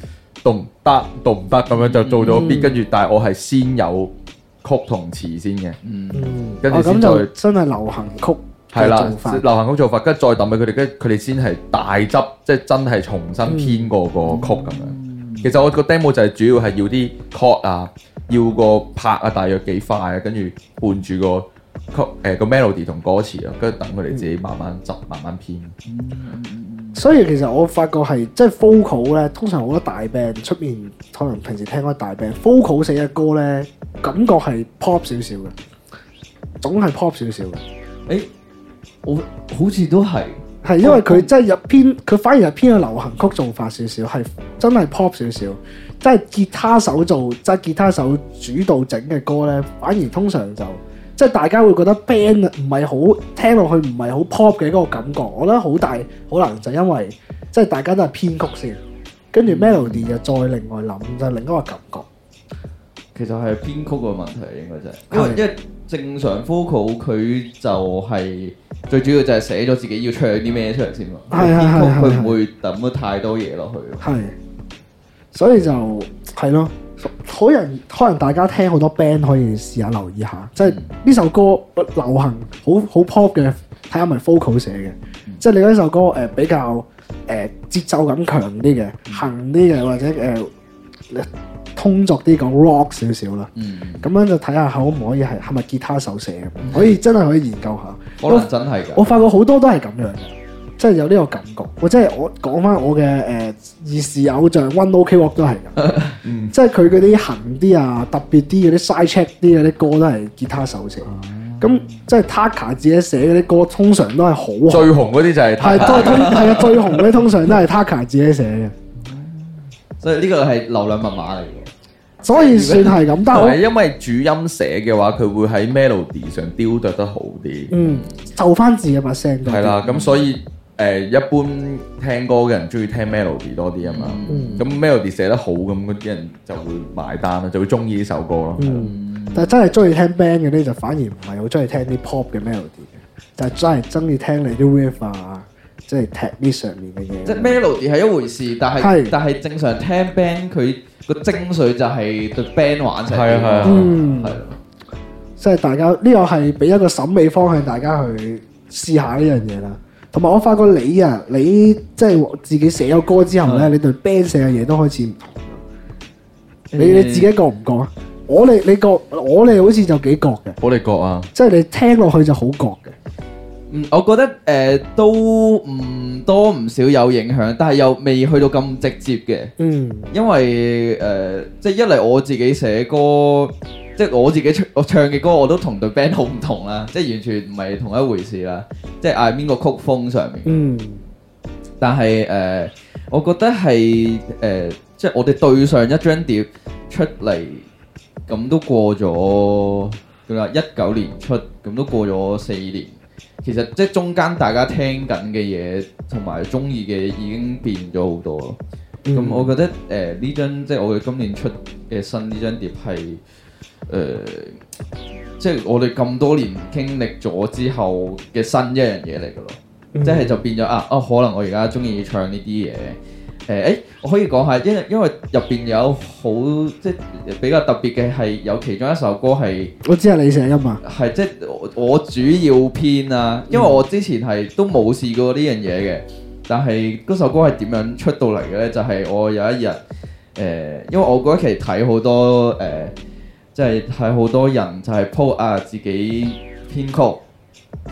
動唔得動唔得咁樣就做咗嗯 beat，跟住但係我係先有曲同詞先嘅，嗯嗯，跟住哦咁先就再真係流行曲係嘅啦做法，，流行曲做法，跟住再抌俾佢哋，跟住佢哋先係大執，即係真係重新編過個曲咁樣。其實我個 demo 就係主要係要啲 chord 啊，要個拍啊，大約幾快啊，跟住伴住個曲誒、個 melody 同歌詞啊，跟住等佢哋自己慢慢執、慢慢編。所以其實我發覺係即係 vocal 咧，通常好多大 band 出面可能平時聽開大 band vocal 寫嘅歌咧，感覺係 pop 少少嘅，總係 pop 少少嘅，誒，我好似都係係因為佢真係入偏，佢反而係偏向流行曲做法少少，係真係 pop 少少，即係吉他手做，即係吉他手主導整嘅歌咧，反而通常就。即係大家會覺得 band 唔係好聽落去唔係好 pop 嘅嗰個感覺，我覺得好大好難就因為即係大家都係編曲先，跟住 melody 就再另外諗，就係另一個感覺。其實係編曲嘅問題應該就係，因為係因為正常 vocal 佢就係最主要就係寫咗自己要唱啲咩出嚟先嘛，係係編曲係佢係唔會抌咗太多嘢落去咯。係，所以就係咯，可能可能大家嗯聽好多 band 可以試下留意下，即係呢首歌流行好好 pop 嘅睇下咪 focal 寫嘅，嗯即係你嗰首歌誒、呃比較誒、呃、節奏感強啲嘅，嗯行啲嘅或者誒、呃通俗啲講 rock 少少啦。嗯，咁樣就睇下可唔可以係係咪吉他手寫嘅，可以真係可以研究下。嗯可能真係我㗎。發覺好多都係咁樣嘅，即係有呢個感覺。或者係我講翻我嘅誒、呃兒時偶像 One OK Rock 都係咁， 嗯即係佢嗰啲行啲啊、特別啲嗰啲 side check 啲嗰啲歌都係吉他手啊寫。咁即係 Taka 自己寫嗰啲歌，通常都係好啊最紅嗰啲就係係都係 通係啊最紅嗰啲通常都係 Taka 自己寫嘅，所以呢個係流量密碼嚟嘅，所以算係咁。但係我係因為主音寫嘅話，佢會喺 melody 上雕琢得好啲。嗯就翻自己把聲多啲係啦，咁所以誒、呃一般聽歌嘅人中意聽 melody 多啲啊嘛。嗯咁、melody 寫得好，咁嗰啲人就會埋單啦，就會中意呢首歌咯。嗯，但係真係中意聽 band 嘅咧，就反而唔係好中意聽啲 pop 嘅 melody 嘅，就係真係中意聽你啲 riff 啊，即係 technique 上面嘅嘢。啊即係 melody 係一回事，但係係但係正常聽 band 佢個精髓就係對 band 玩成係啊點係啊嗯係啊即係大家呢個係俾一個審美方向，大家去試下呢樣嘢啦。同埋我發覺你啊，你即係自己寫咗歌之後咧，係你對 band 寫嘅嘢都開始唔同。你你自己覺唔覺啊？我哋你覺，我哋好似就幾覺嘅，我哋覺啊，即係你聽落去就好覺嘅。嗯，我覺得誒、呃都唔多唔少有影響，但係又未去到咁直接嘅，嗯因為誒、呃即係一嚟我自己寫歌，即係我自己唱我唱嘅歌，我都同對 band 好唔同啦，即係完全唔係同一回事啦，即係嗌邊個曲風上面。嗯但係誒、呃我覺得係誒、呃即係我哋對上一張碟出嚟，咁都過咗佢啦，一九年出，咁都過咗四年。其實即係中間大家聽緊嘅嘢同埋中意嘅已經變咗好多咯。嗯咁、我覺得誒呢、張即係我哋今年出嘅新呢張碟係誒、呃即係我哋咁多年經歷咗之後嘅新一樣嘢嚟嘅咯。嗯即係就變咗啊！哦，可能我而家中意唱呢啲嘢。誒、誒、我可以講下，因為因為入邊有好即係比較特別嘅係有其中一首歌係我知係啊你寫噶嘛。係即係我我主要編啊，因為我之前係都冇試過呢樣嘢嘅，但係嗰首歌係點樣出到嚟嘅呢？就係、我有一日誒、因為我嗰一期睇好多誒、即係睇好多人就係 po 啊自己編曲。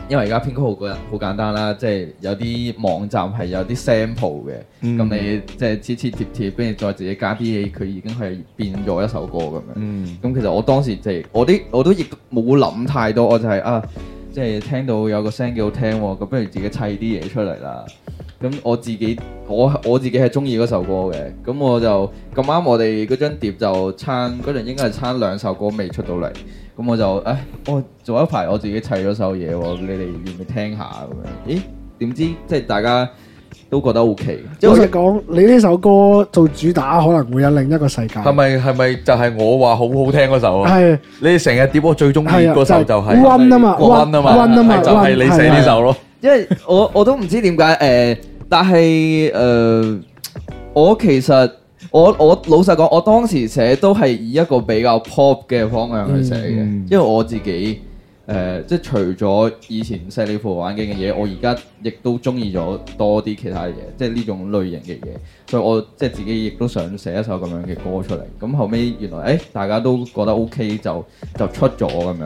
因為而家編曲好個人好簡單啦，即係有啲網站係有啲 sample 嘅，咁、你即係黐黐貼貼，跟住再自己加啲嘢，佢已經係變咗一首歌咁樣。嗯，咁其實我當時就係、我啲我都亦都冇諗太多，我就係、啊，即係聽到有個聲幾好聽喎，咁不如自己砌啲嘢出嚟啦。咁我自己我我自己係中意嗰首歌嘅，咁我就咁啱我哋嗰張碟就撐嗰陣應該係撐兩首歌未出到嚟，咁我就唉，我做一排我自己砌咗首嘢喎，你哋要唔要聽下咁樣？咦，點知即係大家都覺得 O K，即係老我實講，你呢首歌做主打可能會有另一個世界。係咪係咪就係我話好好聽嗰首啊？係你哋成日點我最中意係啊，嗰首就係温啊嘛，個温啊嘛，温啊嘛，係就係你寫呢首咯。因為我我都唔知點解誒，但係誒、呃我其實我我老實講，我當時寫都係以一個比較 pop 嘅方向去寫嘅，嗯嗯因為我自己誒、呃即係除咗以前細利夫玩緊嘅嘢，我而家亦都中意咗多啲其他嘅嘢，即係呢種類型嘅嘢，所以我即係自己亦都想寫一首咁樣嘅歌出嚟。咁後尾原來誒、哎大家都覺得 OK 就就出咗咁樣。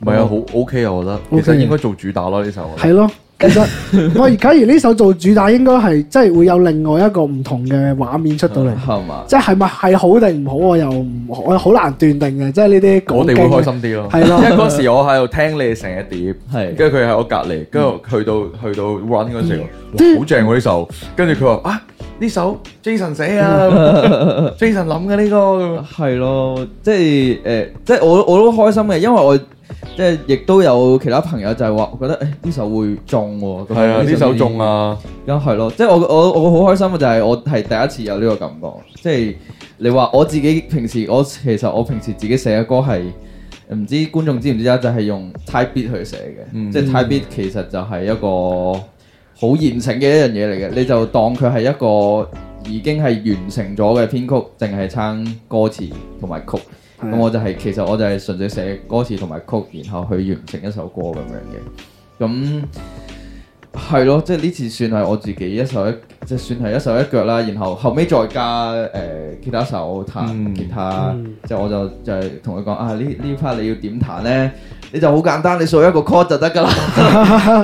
唔係啊，好 OK 啊，我覺得其實 OK 應該做主打咯呢首。係咯。其實 我而假如呢首做主打，應該係即係會有另外一個唔同嘅畫面出到嚟。啊係嘛？即係咪係好定唔好，我又唔我好難斷定嘅。即係呢啲講我哋經會開。心啲咯，係咯因為嗰時我喺度聽你哋成日碟，係跟住佢喺我隔離，跟住去到去到 run 嗰時，哇好正喎呢首，跟住佢話啊呢首 Jason 寫啊 ，Jason 諗嘅呢個咁，係咯，即係誒、即係我我都開心嘅，因為我即係亦都有其他朋友就係話，我覺得誒呢、首會中喎，咁係啊呢首已經中，啊，咁係咯，即係我我我好開心嘅就係我係第一次有呢個感覺，即係你話我自己平時我其實我平時自己寫嘅歌係唔知觀眾知唔知啊，就係、用 type beat 去寫嘅，嗯即係 type beat 其實就係一個好現成嘅一樣嘢嚟嘅，你就當佢係一個已經係完成咗嘅編曲，淨係撐歌詞同埋曲。係啊咁我就係、其實我就係純粹寫歌詞同埋曲，然後去完成一首歌咁樣嘅。咁係咯，即係呢次算係我自己一手一，即係算係一手一腳啦。然後後尾再加誒、呃吉他手彈嗯吉他，嗯即係我就就係同佢講啊，呢呢 part 你要點彈咧？你就好簡單，你數一個 chord 就得㗎啦，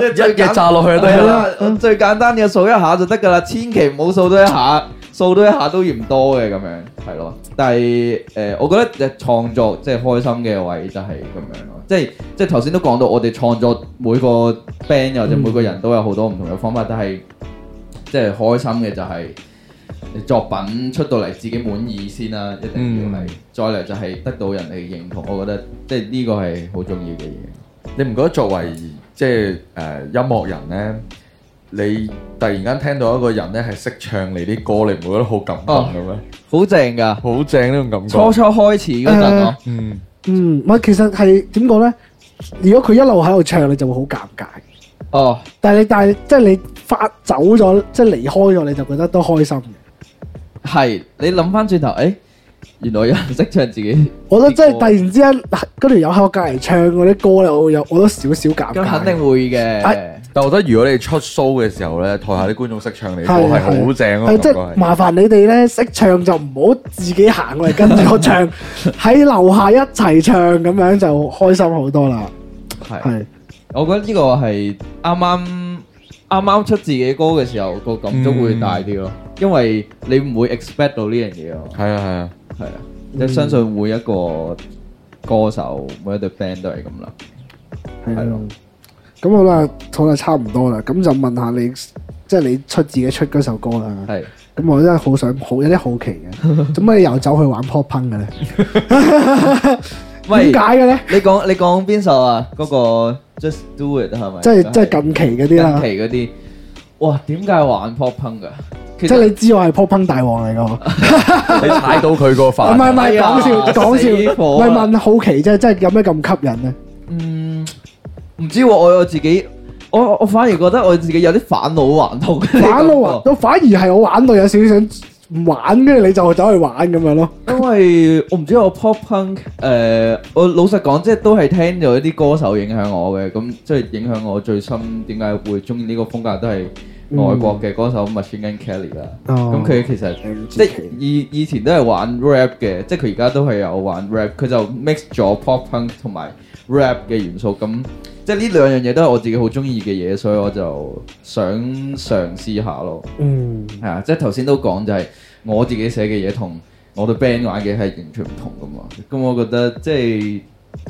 即係最一嘢簡炸落去就係得啦。啦，最簡單嘅數一下就得㗎啦，千祈唔好數多一下，數多一下都嫌多嘅咁樣，係咯。但係誒、呃我覺得誒創作即係開心嘅位就係咁樣咯，即係即係頭先都講到，我哋創作每個 band 又或者每個人都有好多唔同嘅方法，但係即係開心嘅就係、作品出到嚟自己滿意先啦，一定要係，嗯再嚟就係得到人哋認同，我覺得即係呢個係好重要嘅嘢。你唔覺得作為即係誒、呃音樂人呢，你突然間聽到一個人呢係識唱你啲歌，你唔會覺得好感動嘅咩？好正㗎，好正呢種感覺。初初開始嗰陣咯。嗯，嗯，唔係，其實係點講咧？如果佢一路喺度唱，你就會好尷尬。哦，但係你但係即係你發走咗，即係離開咗，你就覺得都開心嘅。係你諗翻轉頭，誒、原來有人識唱自己，我覺得真係突然之間嗰條友喺我隔離唱嗰啲歌咧，我有我都少少尷咁肯尬。定會嘅。係但我覺得如果你出 show 嘅時候呢，台下啲觀眾識唱你歌係係好正咯，係即感覺係係。麻煩你哋咧識唱就唔好自己行過嚟跟住我 唱，喺樓下一齊唱咁樣就開心好多啦。係，係我覺得呢個係啱啱啱啱出自己歌嘅時候個感觸會大啲咯，因為你唔會 expect 到呢樣嘢咯。係啊 係啊，係啊，即係相信每一個歌手、每一隊 band 都係咁啦。係係咯咯。咁好啦，好啦，差唔多啦。咁就問下你，即係你出自己出嗰首歌啦。係咁我真係好想好有啲好奇 嘅，做乜你又走去玩 pop punk 嘅咧？喂點解嘅咧？你講你講邊首啊？嗰、個 Just Do It 係咪？即係即係近期嗰啲啦近，期嗰啲，哇！點解玩 pop punk 㗎？其即實係你知我係 pop punk 大王嚟㗎。你踩到佢個飯。唔係唔哎係呀講笑講死笑，火唔啊係問好奇啫，即 係有咩咁吸引啊咧？嗯，唔知喎，我我自己，我我反而覺得我自己有啲返老還童。玩到玩，到反而係我玩到有少少想唔玩，跟住你就走去玩咁樣咯。因為我唔知我 pop punk 誒、我老實講，即係都係聽咗一啲歌手影響我嘅，咁即係影響我最深。點解會中意呢個風格都係外國嘅歌手 Machine Gun Kelly 啦。哦咁佢、其實即係以以前都係玩 rap 嘅，即係佢而家都係有玩 rap，佢就 mix 咗 pop punk 同埋 rap 嘅元素，咁即係呢兩樣嘢都係我自己好中意嘅嘢，所以我就想嘗試下咯。嗯，係啊，即係頭先都講就係我自己寫嘅嘢同我哋 band 玩嘅係完全唔同噶嘛，咁我覺得即係。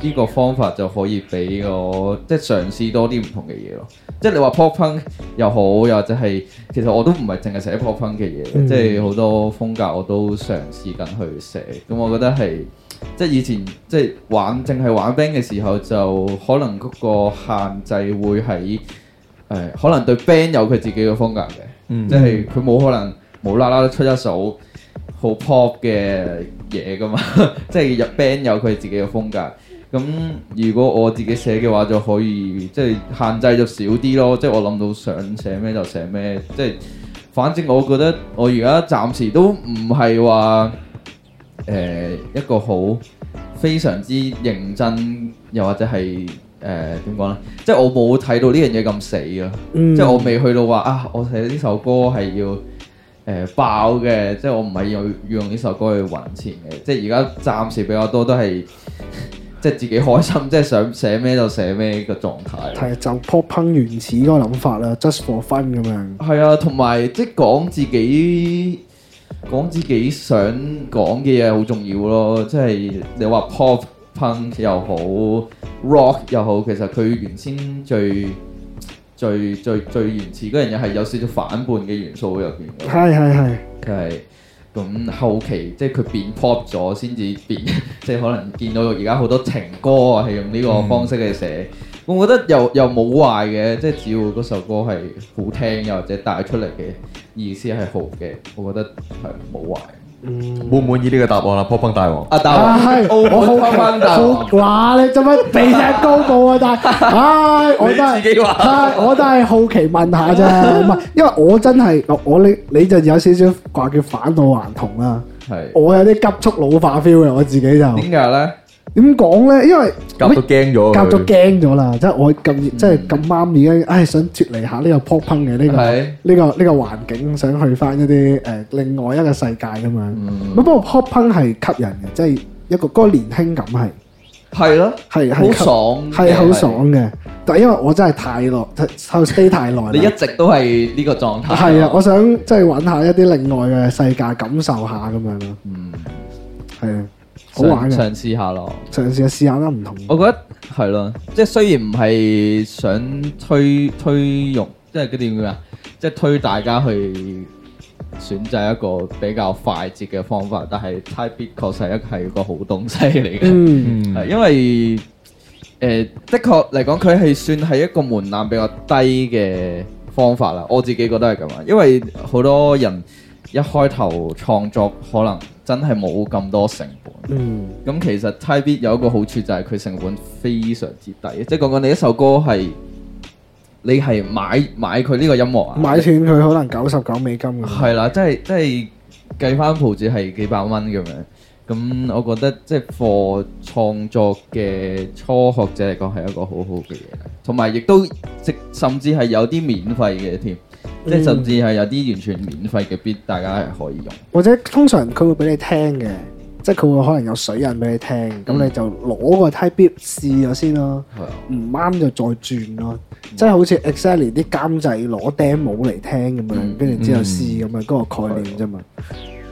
呢個方法就可以俾我即係嘗試多啲唔同嘅嘢咯，即係你話 pop punk 又好，又或者係其實我都唔係淨係寫 pop punk 嘅嘢，嗯即係好多風格我都嘗試緊去寫。咁我覺得係即係以前即係玩淨係玩 band 嘅時候，就可能嗰個限制會喺誒、呃可能對 band 有佢自己嘅風格嘅。嗯即係佢冇可能無啦啦出一首好 pop 嘅嘢噶嘛， 即係入 band 有佢自己嘅風格。咁如果我自己寫嘅話，就可以即係限制就少啲咯。即係我諗到想寫咩就寫咩，即係反正我覺得我而家暫時都唔係話誒一個好非常之認真，又或者係誒點講呢？即係我冇睇到呢樣嘢咁死啊！嗯即係我未去到話啊，我寫呢首歌係要誒、呃爆嘅，即係我唔係要要用呢首歌去揾錢嘅，即係而家暫時比較多都係 即係自己開心，即係想寫咩就寫咩嘅狀態。係啊就 pop punk 原始嗰個諗法啦，just for fun 咁樣。係啊，同埋即係講自己講自己想講嘅嘢好重要咯，即係你話 pop punk 又好，rock 又好，其實佢原先最最最最原始嗰樣嘢係有少少反叛嘅元素喺入邊嘅。係係係，佢係咁後期，即係佢變 pop 咗先至變， 即係可能見到而家好多情歌啊，係用呢個方式去寫。我覺得又又冇壞嘅，即係只要嗰首歌係好聽，又或者帶出嚟嘅意思係好嘅，我覺得係冇壞。滿唔滿意呢個答案啦，pop punk 大王。阿大啊王，係，澳我門好翻翻大王，奇，好哇！你做乜鼻石高帽啊？但 係，唉，我你真係自己話唉我都係好奇問下啫，唔係，因為我真係我你你就有少少話叫返老還童啦，係我有啲急速老化 feel 嘅我自己就，點解咧？點講咧？因為夾到驚咗，夾咗驚咗啦，即係我咁即係咁啱已經，唉，想脱離下呢個 pop punk 嘅呢嗯個係呢個呢個環境，想去翻一啲誒另外一個世界咁樣。嗯不過 pop punk 係吸引嘅，即係一個嗰個年輕感係係咯，係好係吸爽，係好。爽嘅。但係因為我真係太耐，太 stay 太耐啦。你一直都係呢個狀態。係啊，我想即係揾下一啲另外嘅世界，感受下咁樣咯。嗯係啊，好玩嘗嘅，嘗試下咯。嘗試下試下啦，唔同。我覺得係咯，即係雖然唔係想推推容，即係嗰啲叫咩啊？即係推大家去選擇一個比較快捷嘅方法，但係 Type Beat 確實一係個好東西嚟嘅。嗯，嗯係因為誒、呃的確嚟講，佢係算係一個門檻比較低嘅方法啦。我自己覺得係咁啊，因為好多人一開頭創作可能真係冇咁多成本。嗯，咁其實 Type Beat 有一個好處就係佢成本非常之低，即係講緊你一首歌係你係買買佢呢個音樂啊，買斷佢可能九十九美金咁樣。係啦，即係即係計翻鋪子係幾百蚊咁樣。啊咁我覺得即係 for 創作嘅初學者嚟講係一個好好嘅嘢，同埋亦都即甚至係有啲免費嘅添，嗯即係甚至係有啲完全免費嘅 beat 大家係可以用。或者通常佢會俾你聽嘅，即係佢會可能有水印俾你聽，咁嗯你就攞個 type beat 試咗先咯，係啊，唔啱就再轉咯，嗯即係好似 exactly 啲監製攞 demo 嚟聽咁樣，嗯跟住之後試咁樣嗰個概念啫嘛，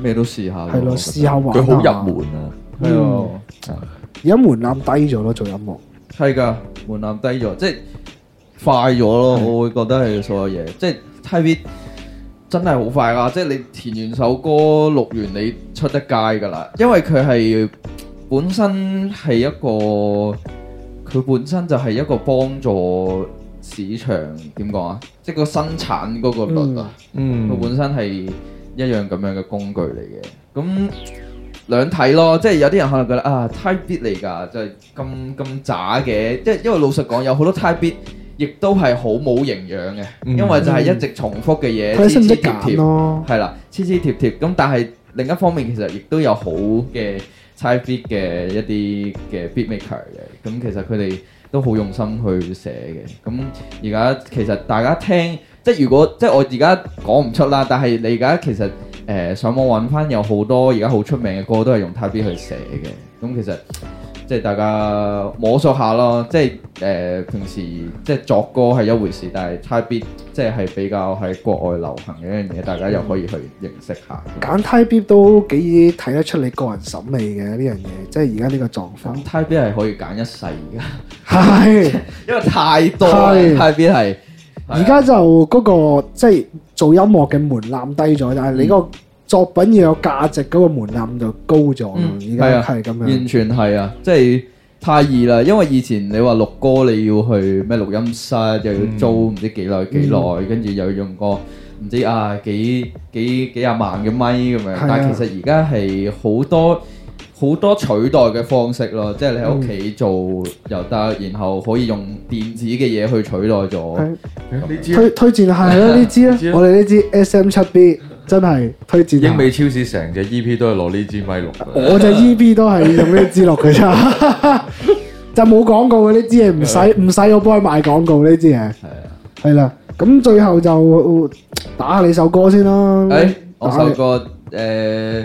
咩都試下。係咯，試。下玩下佢嗯好入門啊，係啊。而家門檻低咗咯，做音樂係㗎，門檻低咗，即係快咗咯。我會覺得係所有嘢，即係 Type Beat 真係好快㗎。即係你填完首歌，錄完你出得街㗎啦。因為佢係本身係一個，佢本身就係一個幫助市場點講啊，即係個生產嗰個率啊。佢嗯，本身係一樣咁樣嘅工具嚟嘅。咁兩睇咯，即係有啲人可能覺得啊 type beat 嚟㗎，就係咁咁渣嘅。即係因為老實講，有好多 type beat 亦都係好冇營養嘅，嗯因為就係一直重複嘅嘢，睇黐識唔識黐貼揀貼，咯，係啦，黐黐貼貼。咁但係另一方面，其實亦都有好嘅 type beat 嘅一啲嘅 beat maker 嘅。咁其實佢哋都好用心去寫嘅。咁而家其實大家聽，即係如果即係我而家講唔出啦，但係你而家其實誒、呃上網揾翻有好多而家好出名嘅歌都係用 Type B 去寫嘅。咁其實即係大家摸索下咯，即係誒、呃平時即係作歌係一回事，但係 Type B 即係係比較喺國外流行嘅一樣嘢，大家又可以去認識下。揀 type beat 都幾睇得出你個人審美嘅呢樣嘢，即係而家呢個狀況咁 Type B 係可以揀一世㗎，係。因為太多啦係 Type B 係。而家就嗰、個即係做音樂嘅門檻低咗，但係你個作品要有價值嗰個門檻就高咗啦。啊嗯而家係咁樣，完全係啊，即係太易啦。因為以前你話錄歌，你要去咩錄音室，又嗯要租唔知幾耐幾耐，跟住又要用個唔知啊幾幾幾廿萬嘅咪咁樣係啊。但係其實而家係好多。好多取代嘅方式咯，即係你喺屋嗯企做又得，然後可以用電子嘅嘢去取代咗。係啊推你知推薦下啦呢支呢支啦，啊我哋呢支 S M 七 B 真係推薦英下。美超市成隻 EP 都係攞呢支咪錄嘅，我隻 E B 都係用呢支落嘅啫， 就冇廣告嘅呢支嘢，唔使唔使我幫佢賣廣告呢支嘢。啊係啊，係啦，咁最後就呃打下你首歌先啦。誒，哎我打首你歌誒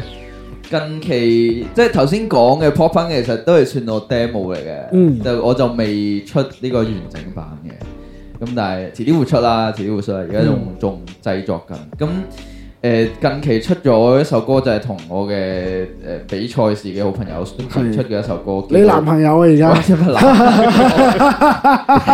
近期即係頭先講嘅 pop punk 其實都係算我 demo 嚟嘅，嗯就我就未出呢個完整版嘅，咁但係遲啲會出啦，遲啲會出啦，而家仲嗯仲製作緊，咁。誒、近期出咗一首歌，就係同我嘅誒、比賽時嘅好朋友係出嘅一首歌。你男朋友啊，而家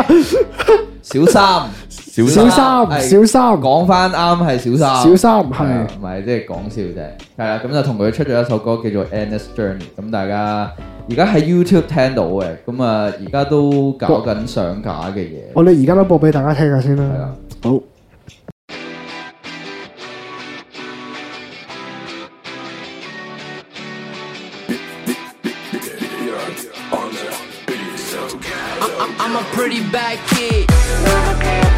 小三，小小三三係小三講翻啱係小三。小三係係啊。唔係即係講笑啫。係啦，咁就同佢出咗一首歌叫做《Endless Journey》，咁大家而家喺 YouTube 聽到嘅，咁啊而家都搞緊上架嘅嘢。我哋而家都播俾大家聽下先係啦啊。好。 I'm, I'm a pretty bad kid.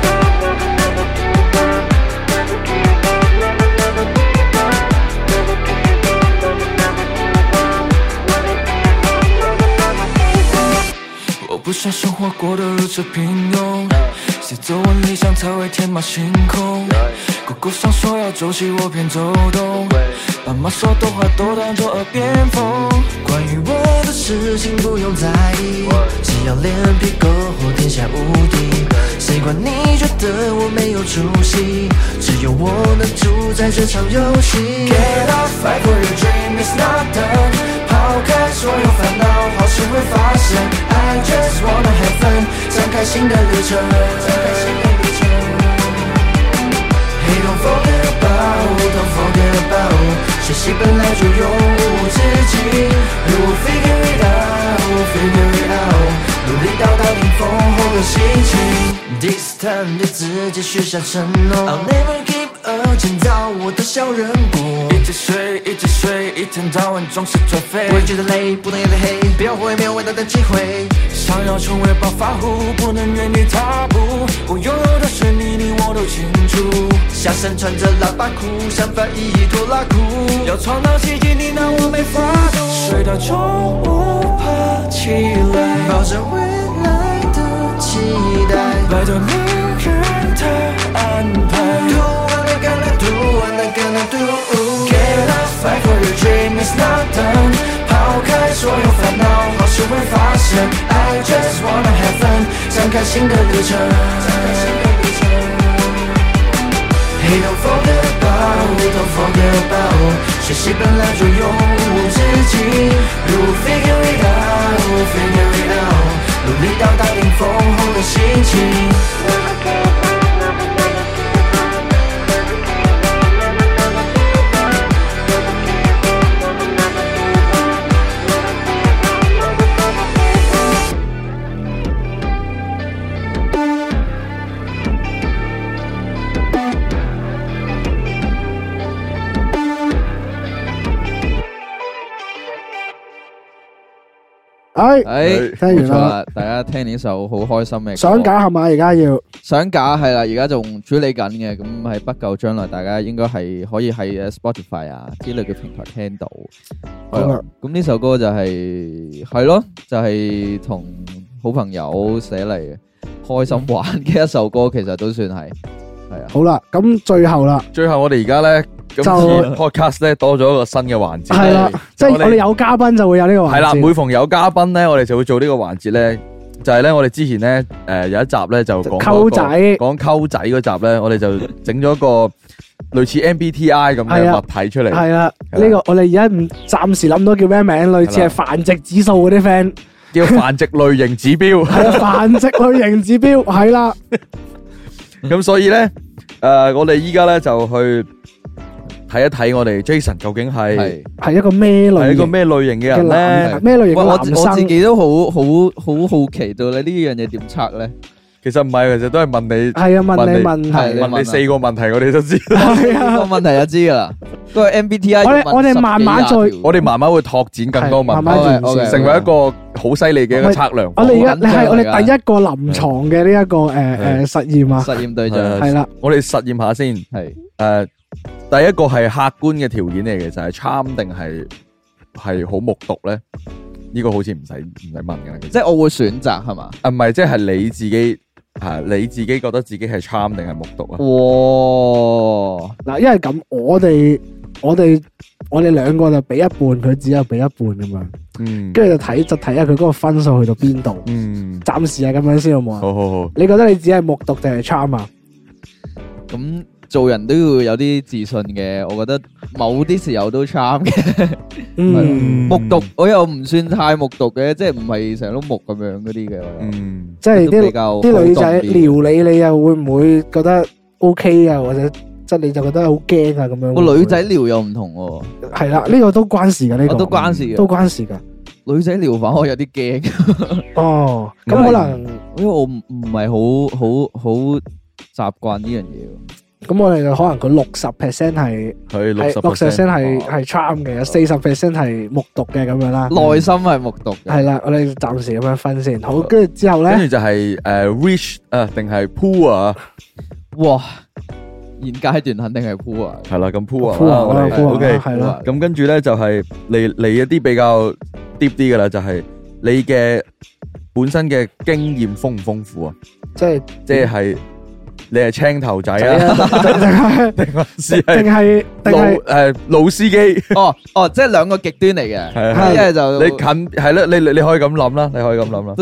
想生活过得如此平庸，写作文理想才会天马行空。狗狗上说要走西，我偏走东。爸妈说的话都当作耳边风。关于我的事情不用在意，只要脸皮够厚，天下无敌。谁管你觉得我没有出息？只有我能主宰这场游戏。Get up, fight for your dream, it's not done。抛开所有烦恼，好事会发生。I just wanna have fun，展开新的旅程。展开新的旅程。Hey, don't forget about, don't forget about，学习本来就永无止境。We will figure it out, we'll figure it out，努力到达顶峰后的心情。This time 就直接许下承诺。I'll never give up，建造我的小人国。一直睡，一直睡，一天到晚总是颓废。不会觉得累，不能夜里黑，不要后悔没有伟大的机会。想要成为暴发户，不能原地踏步。我拥有的是你，你我都清楚。下身穿着喇叭裤，想法依拖拉裤。要创造奇迹，你让我没法度。睡到中午爬起来，抱着未来的期待。拜托你让他安排。 do what I gonna do, what I gonna do. Get up, fight for your dream, it's not done. 抛开所有烦恼，好事会发生。I just wanna have fun，展开新的旅程。展开新的旅程。Hey, don't forget about, don't forget about，学习本来就永无止境。You will figure it out, will figure it out，努力到达顶峰后的心情。哎，诶，聽完啦冇錯啦，大家聽呢首好開心嘅歌想搞係咪？而家要想架係啦，啊而家仲處理緊嘅，咁喺不久將來，大家應該係可以喺 Spotify 啊之類嘅平台聽到。好啊係啦啦咁呢首歌就係係咯，就係同好朋友寫嚟嘅，開心玩嘅一首歌，其實都算係係啊。好啦，咁最後啦，最後我哋而家咧，今次就 podcast 咧多咗一個新嘅環節。係啦，即係我哋我哋有嘉賓就會有呢個系環啦，節。每逢有嘉賓咧，我哋就會做呢個環節咧，就係咧，我哋之前咧，诶有一集咧就講溝仔讲沟仔嗰集咧，我哋就整咗 一個類似 MBTI 咁係嘅啊物體出嚟，係啦，係啦呢個我哋而家唔暫時諗到叫咩名，類似係啦係繁殖指數嗰啲 friend，叫繁殖類型指標。係啊，繁殖類型指標，係啦， 咁所以咧，诶、我哋依家咧就去睇一睇我哋 Jason 究竟係係係一個咩系類一個型咩類型嘅嘅人男咧人？咩類喂，型我我嘅男自生？己都好好好好奇到你呢樣嘢點測咧？其實唔係，其實都係問你係啊，問你問問係題。你問問啊你四個問題，我哋都知道。係啊呢個問題就知噶啦。個 MBTI 我哋要問我哋十幾慢慢廿再條我哋慢慢會拓展更多問係慢題。慢完好嘅好嘅善。成為一個好犀利嘅一個測量。我哋而好家緊你係張我嚟哋㗎第一個臨床嘅呢一個誒誒實驗啊，實驗對象係係啦，我哋實驗下先。誒、係第一個係客觀嘅條件嚟嘅，就係、參定係係好目讀咧？呢、個好似唔使唔使問嘅啦。其實即係我會選擇係嘛？啊，唔係即係你自己啊，你自己覺得自己係參定係目讀啊？哇！嗱，因為咁我哋我哋我哋兩個就俾一半，佢只有俾一半咁樣，嗯跟住就睇就睇下佢嗰個分數去到邊度。嗯，暫時係咁樣先好冇啊？好好好。你覺得你只係目讀定係 charm 啊？咁做人都要有啲自信嘅，我覺得某啲時候都 charm 嘅。嗯，目讀我又唔算太目讀嘅，即係唔係成碌木咁樣嗰啲嘅。我又嗯，即係都比啲較啲女好仔動啲撩你，你又會唔會覺得 OK 啊？或者即係你就覺得好驚啊咁樣？個女仔撩又唔同喎，係啦，呢個都關事嘅，呢我個都關事嘅都。關事㗎。女仔撩反而我有啲驚，哦，咁因為可能因為我唔唔係好好好習慣呢樣嘢喎。咁我哋就可能佢六十 percent 係佢六十係六十 percent 係哦係 charm 嘅，有四十 percent 係目讀嘅咁樣啦。內心係目讀嘅。係啦，我哋暫時咁樣分先。好，跟住之後跟住咧，就係誒 rich 啊，定係 poor 啊？哇！現階段肯定係 poor 啊係啦，咁 poor 啊 Poor 啊我哋 poor 啊 OK 係啦咁跟住咧就係嚟嚟一啲比較 deep 啲嘅啦，就係你嘅本身嘅經驗豐唔豐富啊？即係即係你係青頭仔係啊，啊，定定還是係係定係定老係诶老司機？哦哦，即係兩個極端嚟嘅，係係一係就你近係啦，你你你可以咁諗啦，你可以咁諗啦，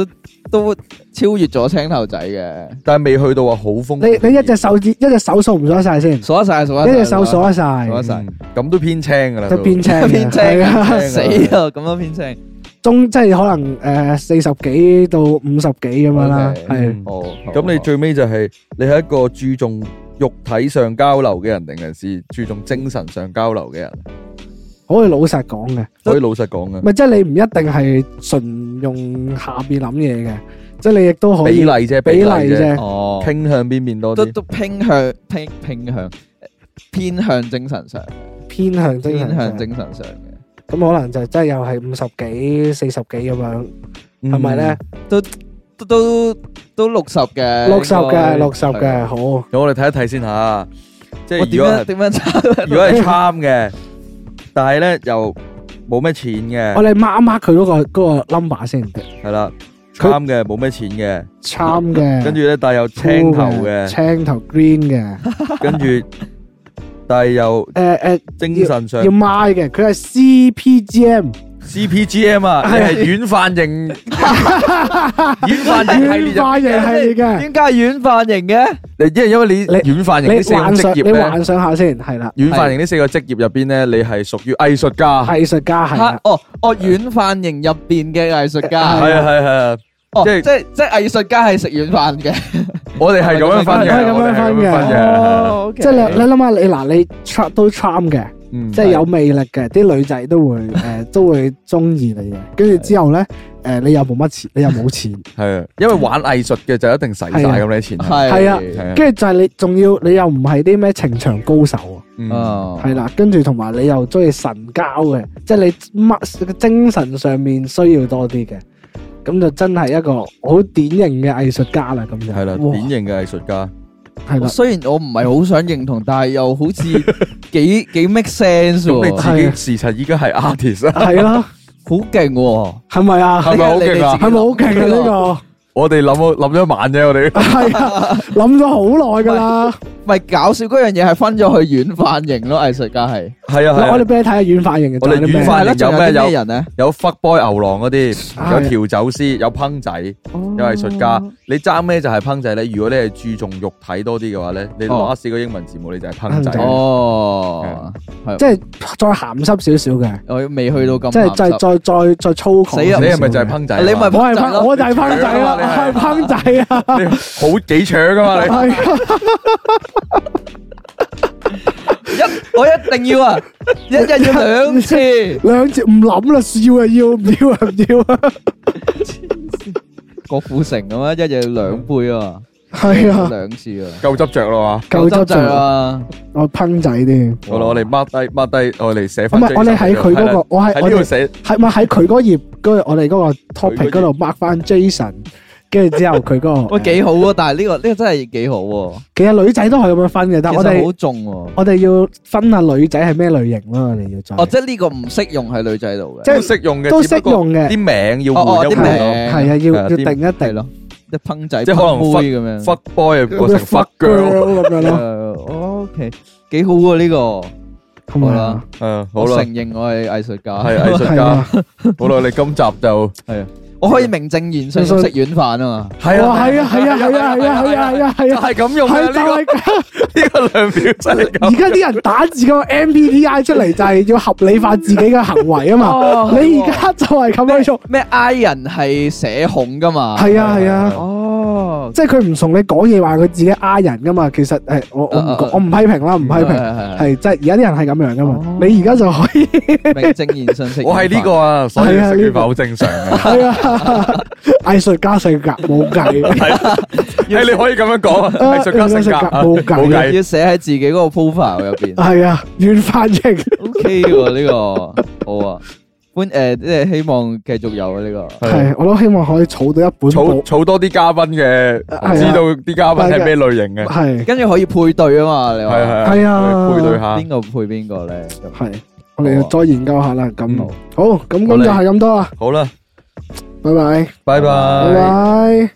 都超越咗青頭仔嘅，但係未去到話好豐富。你你一隻手指一隻手數唔數得晒先，一數一晒數一晒，隻手數得晒，數一晒嗯咁都偏青噶啦，就都變青嘅，偏青係啊啊死啊！咁樣偏青，中即係可能诶四十幾到五十幾咁樣啦， OK 係嗯哦，咁你最尾就係你係一個注重肉體上交流嘅人，定係是注重精神上交流嘅人？可以老實講嘅。可以老實講嘅，咪即係你唔一定係純用下边諗嘢嘅，即係你亦都可以比例啫，比比例例啫，啫，哦，傾向邊邊多都啲？都偏向偏偏向偏向精神上，偏向精偏神上向精神上嘅，咁可能就真係又係五十幾、四十幾咁樣，嗯係咪咧？？都都都六十嘅，六十應該嘅，六十嘅，好。咁我哋睇一睇先吓，即我係點如果 樣係點樣差？如果係參嘅，但係咧又冇咩錢嘅我，哋 mark 一 mark 佢嗰個嗰個 number 先，係啦，佢參嘅冇咩錢嘅，參嘅，跟住咧但係又青頭嘅，青頭 green 嘅， 跟住但係又誒誒精神上要 mark 嘅，佢係 CPGM CPGM 啊，你係係軟飯型， 軟飯型系軟列入，化型系列嘅，點解軟飯型嘅？你因為因為你軟飯型呢四你個幻想職你業咧，幻想下先，係啦，軟飯型呢四個職業入邊咧，你係屬於藝術家，係藝術家係嚇啦，哦哦，軟飯型入邊嘅藝術係家，啊係啊係啊，哦，即係即係即係藝術家係食 軟飯嘅。我哋係咁樣分咁係嘅，樣我哋係咁啊樣分分嘅，哦，OK 即係你你諗下，你嗱你 charm 都 charm 嘅。嗯即係有魅力嘅，啲女仔 都會誒、呃都會中意你嘅。跟住之後咧，誒、你又冇乜錢，你又冇錢， 係啊，因為玩藝術嘅就一定使晒咁啲錢，係係係啊啊跟住就係你仲要你又唔係啲咩情場高手啊，嗯哦，係啦。跟住同埋你又中意神交嘅，即係你乜精神上面需要多啲嘅，咁就真係一個好典型嘅藝術家啦。咁就係啦，哇典型嘅藝術家。係啦，雖然我唔係好想認同，但係又好 似幾幾 make sense 咁喎，你自己事實依家係 artist 啊？ 係啦，好勁喎！係咪啊？係咪好勁啊係咪好勁啊？呢、我哋諗咗諗咗一晚啫，我哋個係啊，諗咗好耐㗎啦。咪搞笑嗰樣嘢係分咗去軟飯型咯，藝術家係。係啊嗱我哋係啊，俾你睇下軟髮型嘅，我哋仲有啲咩軟髮係啦，仲有有咩啲有咩人咧？有 fuck boy 牛郎係嗰啲，有調酒師，有烹仔，有藝術家。你爭咩就係烹仔咧？如果你係注重肉體多啲嘅話咧，你哦攞一試個英文字母你就係烹仔烹仔。哦，即係再鹹濕少少嘅。我未去到咁即係鹹再濕再再再粗狂死少少啦你嘅。係咪就係烹仔啊？你咪我係仔烹，咯我就係烹仔啦，你我係係烹仔啊，你好幾搶噶嘛？你 係啊一我一定要啊，一日要兩次， 兩次唔諗啦，笑啊要，唔要啊唔要啊，郭富城咁啊，一日要兩 杯啊，係啊，兩次啊，夠執着啦嘛！夠執就著，啊！我烹仔啲，好啦，我哋 mark 低 mark 低，我哋寫唔翻。係我哋喺佢嗰個，我係喺呢我度哋寫喺咪喺佢嗰頁嗰個我哋嗰個 topic 嗰度 mark 翻 Jason，跟住之後佢嗰個 喂，幾好喎！但係呢個呢個真係幾好喎，其實女仔都係咁樣分嘅，但其係我實好哋重喎。我哋要分下女仔係咩類型啦，我哋要再哦，即係呢個唔適用喺女仔度嘅，即係都適用嘅，都只不過適用嘅啲名要哦哦換一啲換名咯。係啊，要係啊要定一啲係定咯，一烹仔即係可能烹妹咁樣。 fuck boy 變成 fuck girl， girl 咁樣咯， o k 幾好喎呢個。係咪 好啦啊？嗯，好我啦承，認我係藝術家，係藝術係家啊。好啦，你今集就我可以名正言順咁食軟飯啊嘛。係哇， 係啊，係啊，係啊，係啊，係啊，係啊，係啊，係咁用嘅係就呢係咁個呢個量表 真係而咁。家啲人打字個 MBTI 出嚟就係要合理化自己嘅行為啊哦嘛，你而係家就係咁樣做，咩 I 人係社恐噶嘛？係啊，係啊。哦，即係佢唔同你講嘢話佢自己呃人噶嘛，其實誒我我唔啊啊啊我唔批評啦，唔批係評係係係即係而家啲人係咁樣噶啊哦嘛，你而家就可以名正言順食。 我係呢個，啊，所以係啊食呢軟個飯好正 常嘅。係啊藝術家性格冇 計，係 你可以咁樣 講啊，藝術家性格啊冇計冇計。要寫喺自己嗰個 profile 入 邊。係啊軟翻型， OK 喎呢個，好啊。歡誒，即係希望繼續有啊呢個。係我都希望可以儲到一本儲簿，儲多啲嘉賓嘅，係啊知道啲嘉賓係咩類型嘅，係跟住可以配對啊嘛，你係話係係啊配對下。邊個配邊個咧？咁啊係，我哋要再研究下啦，咁嗯好，咁咁就係咁多啦。啊好啦，拜拜，拜拜啊拜拜。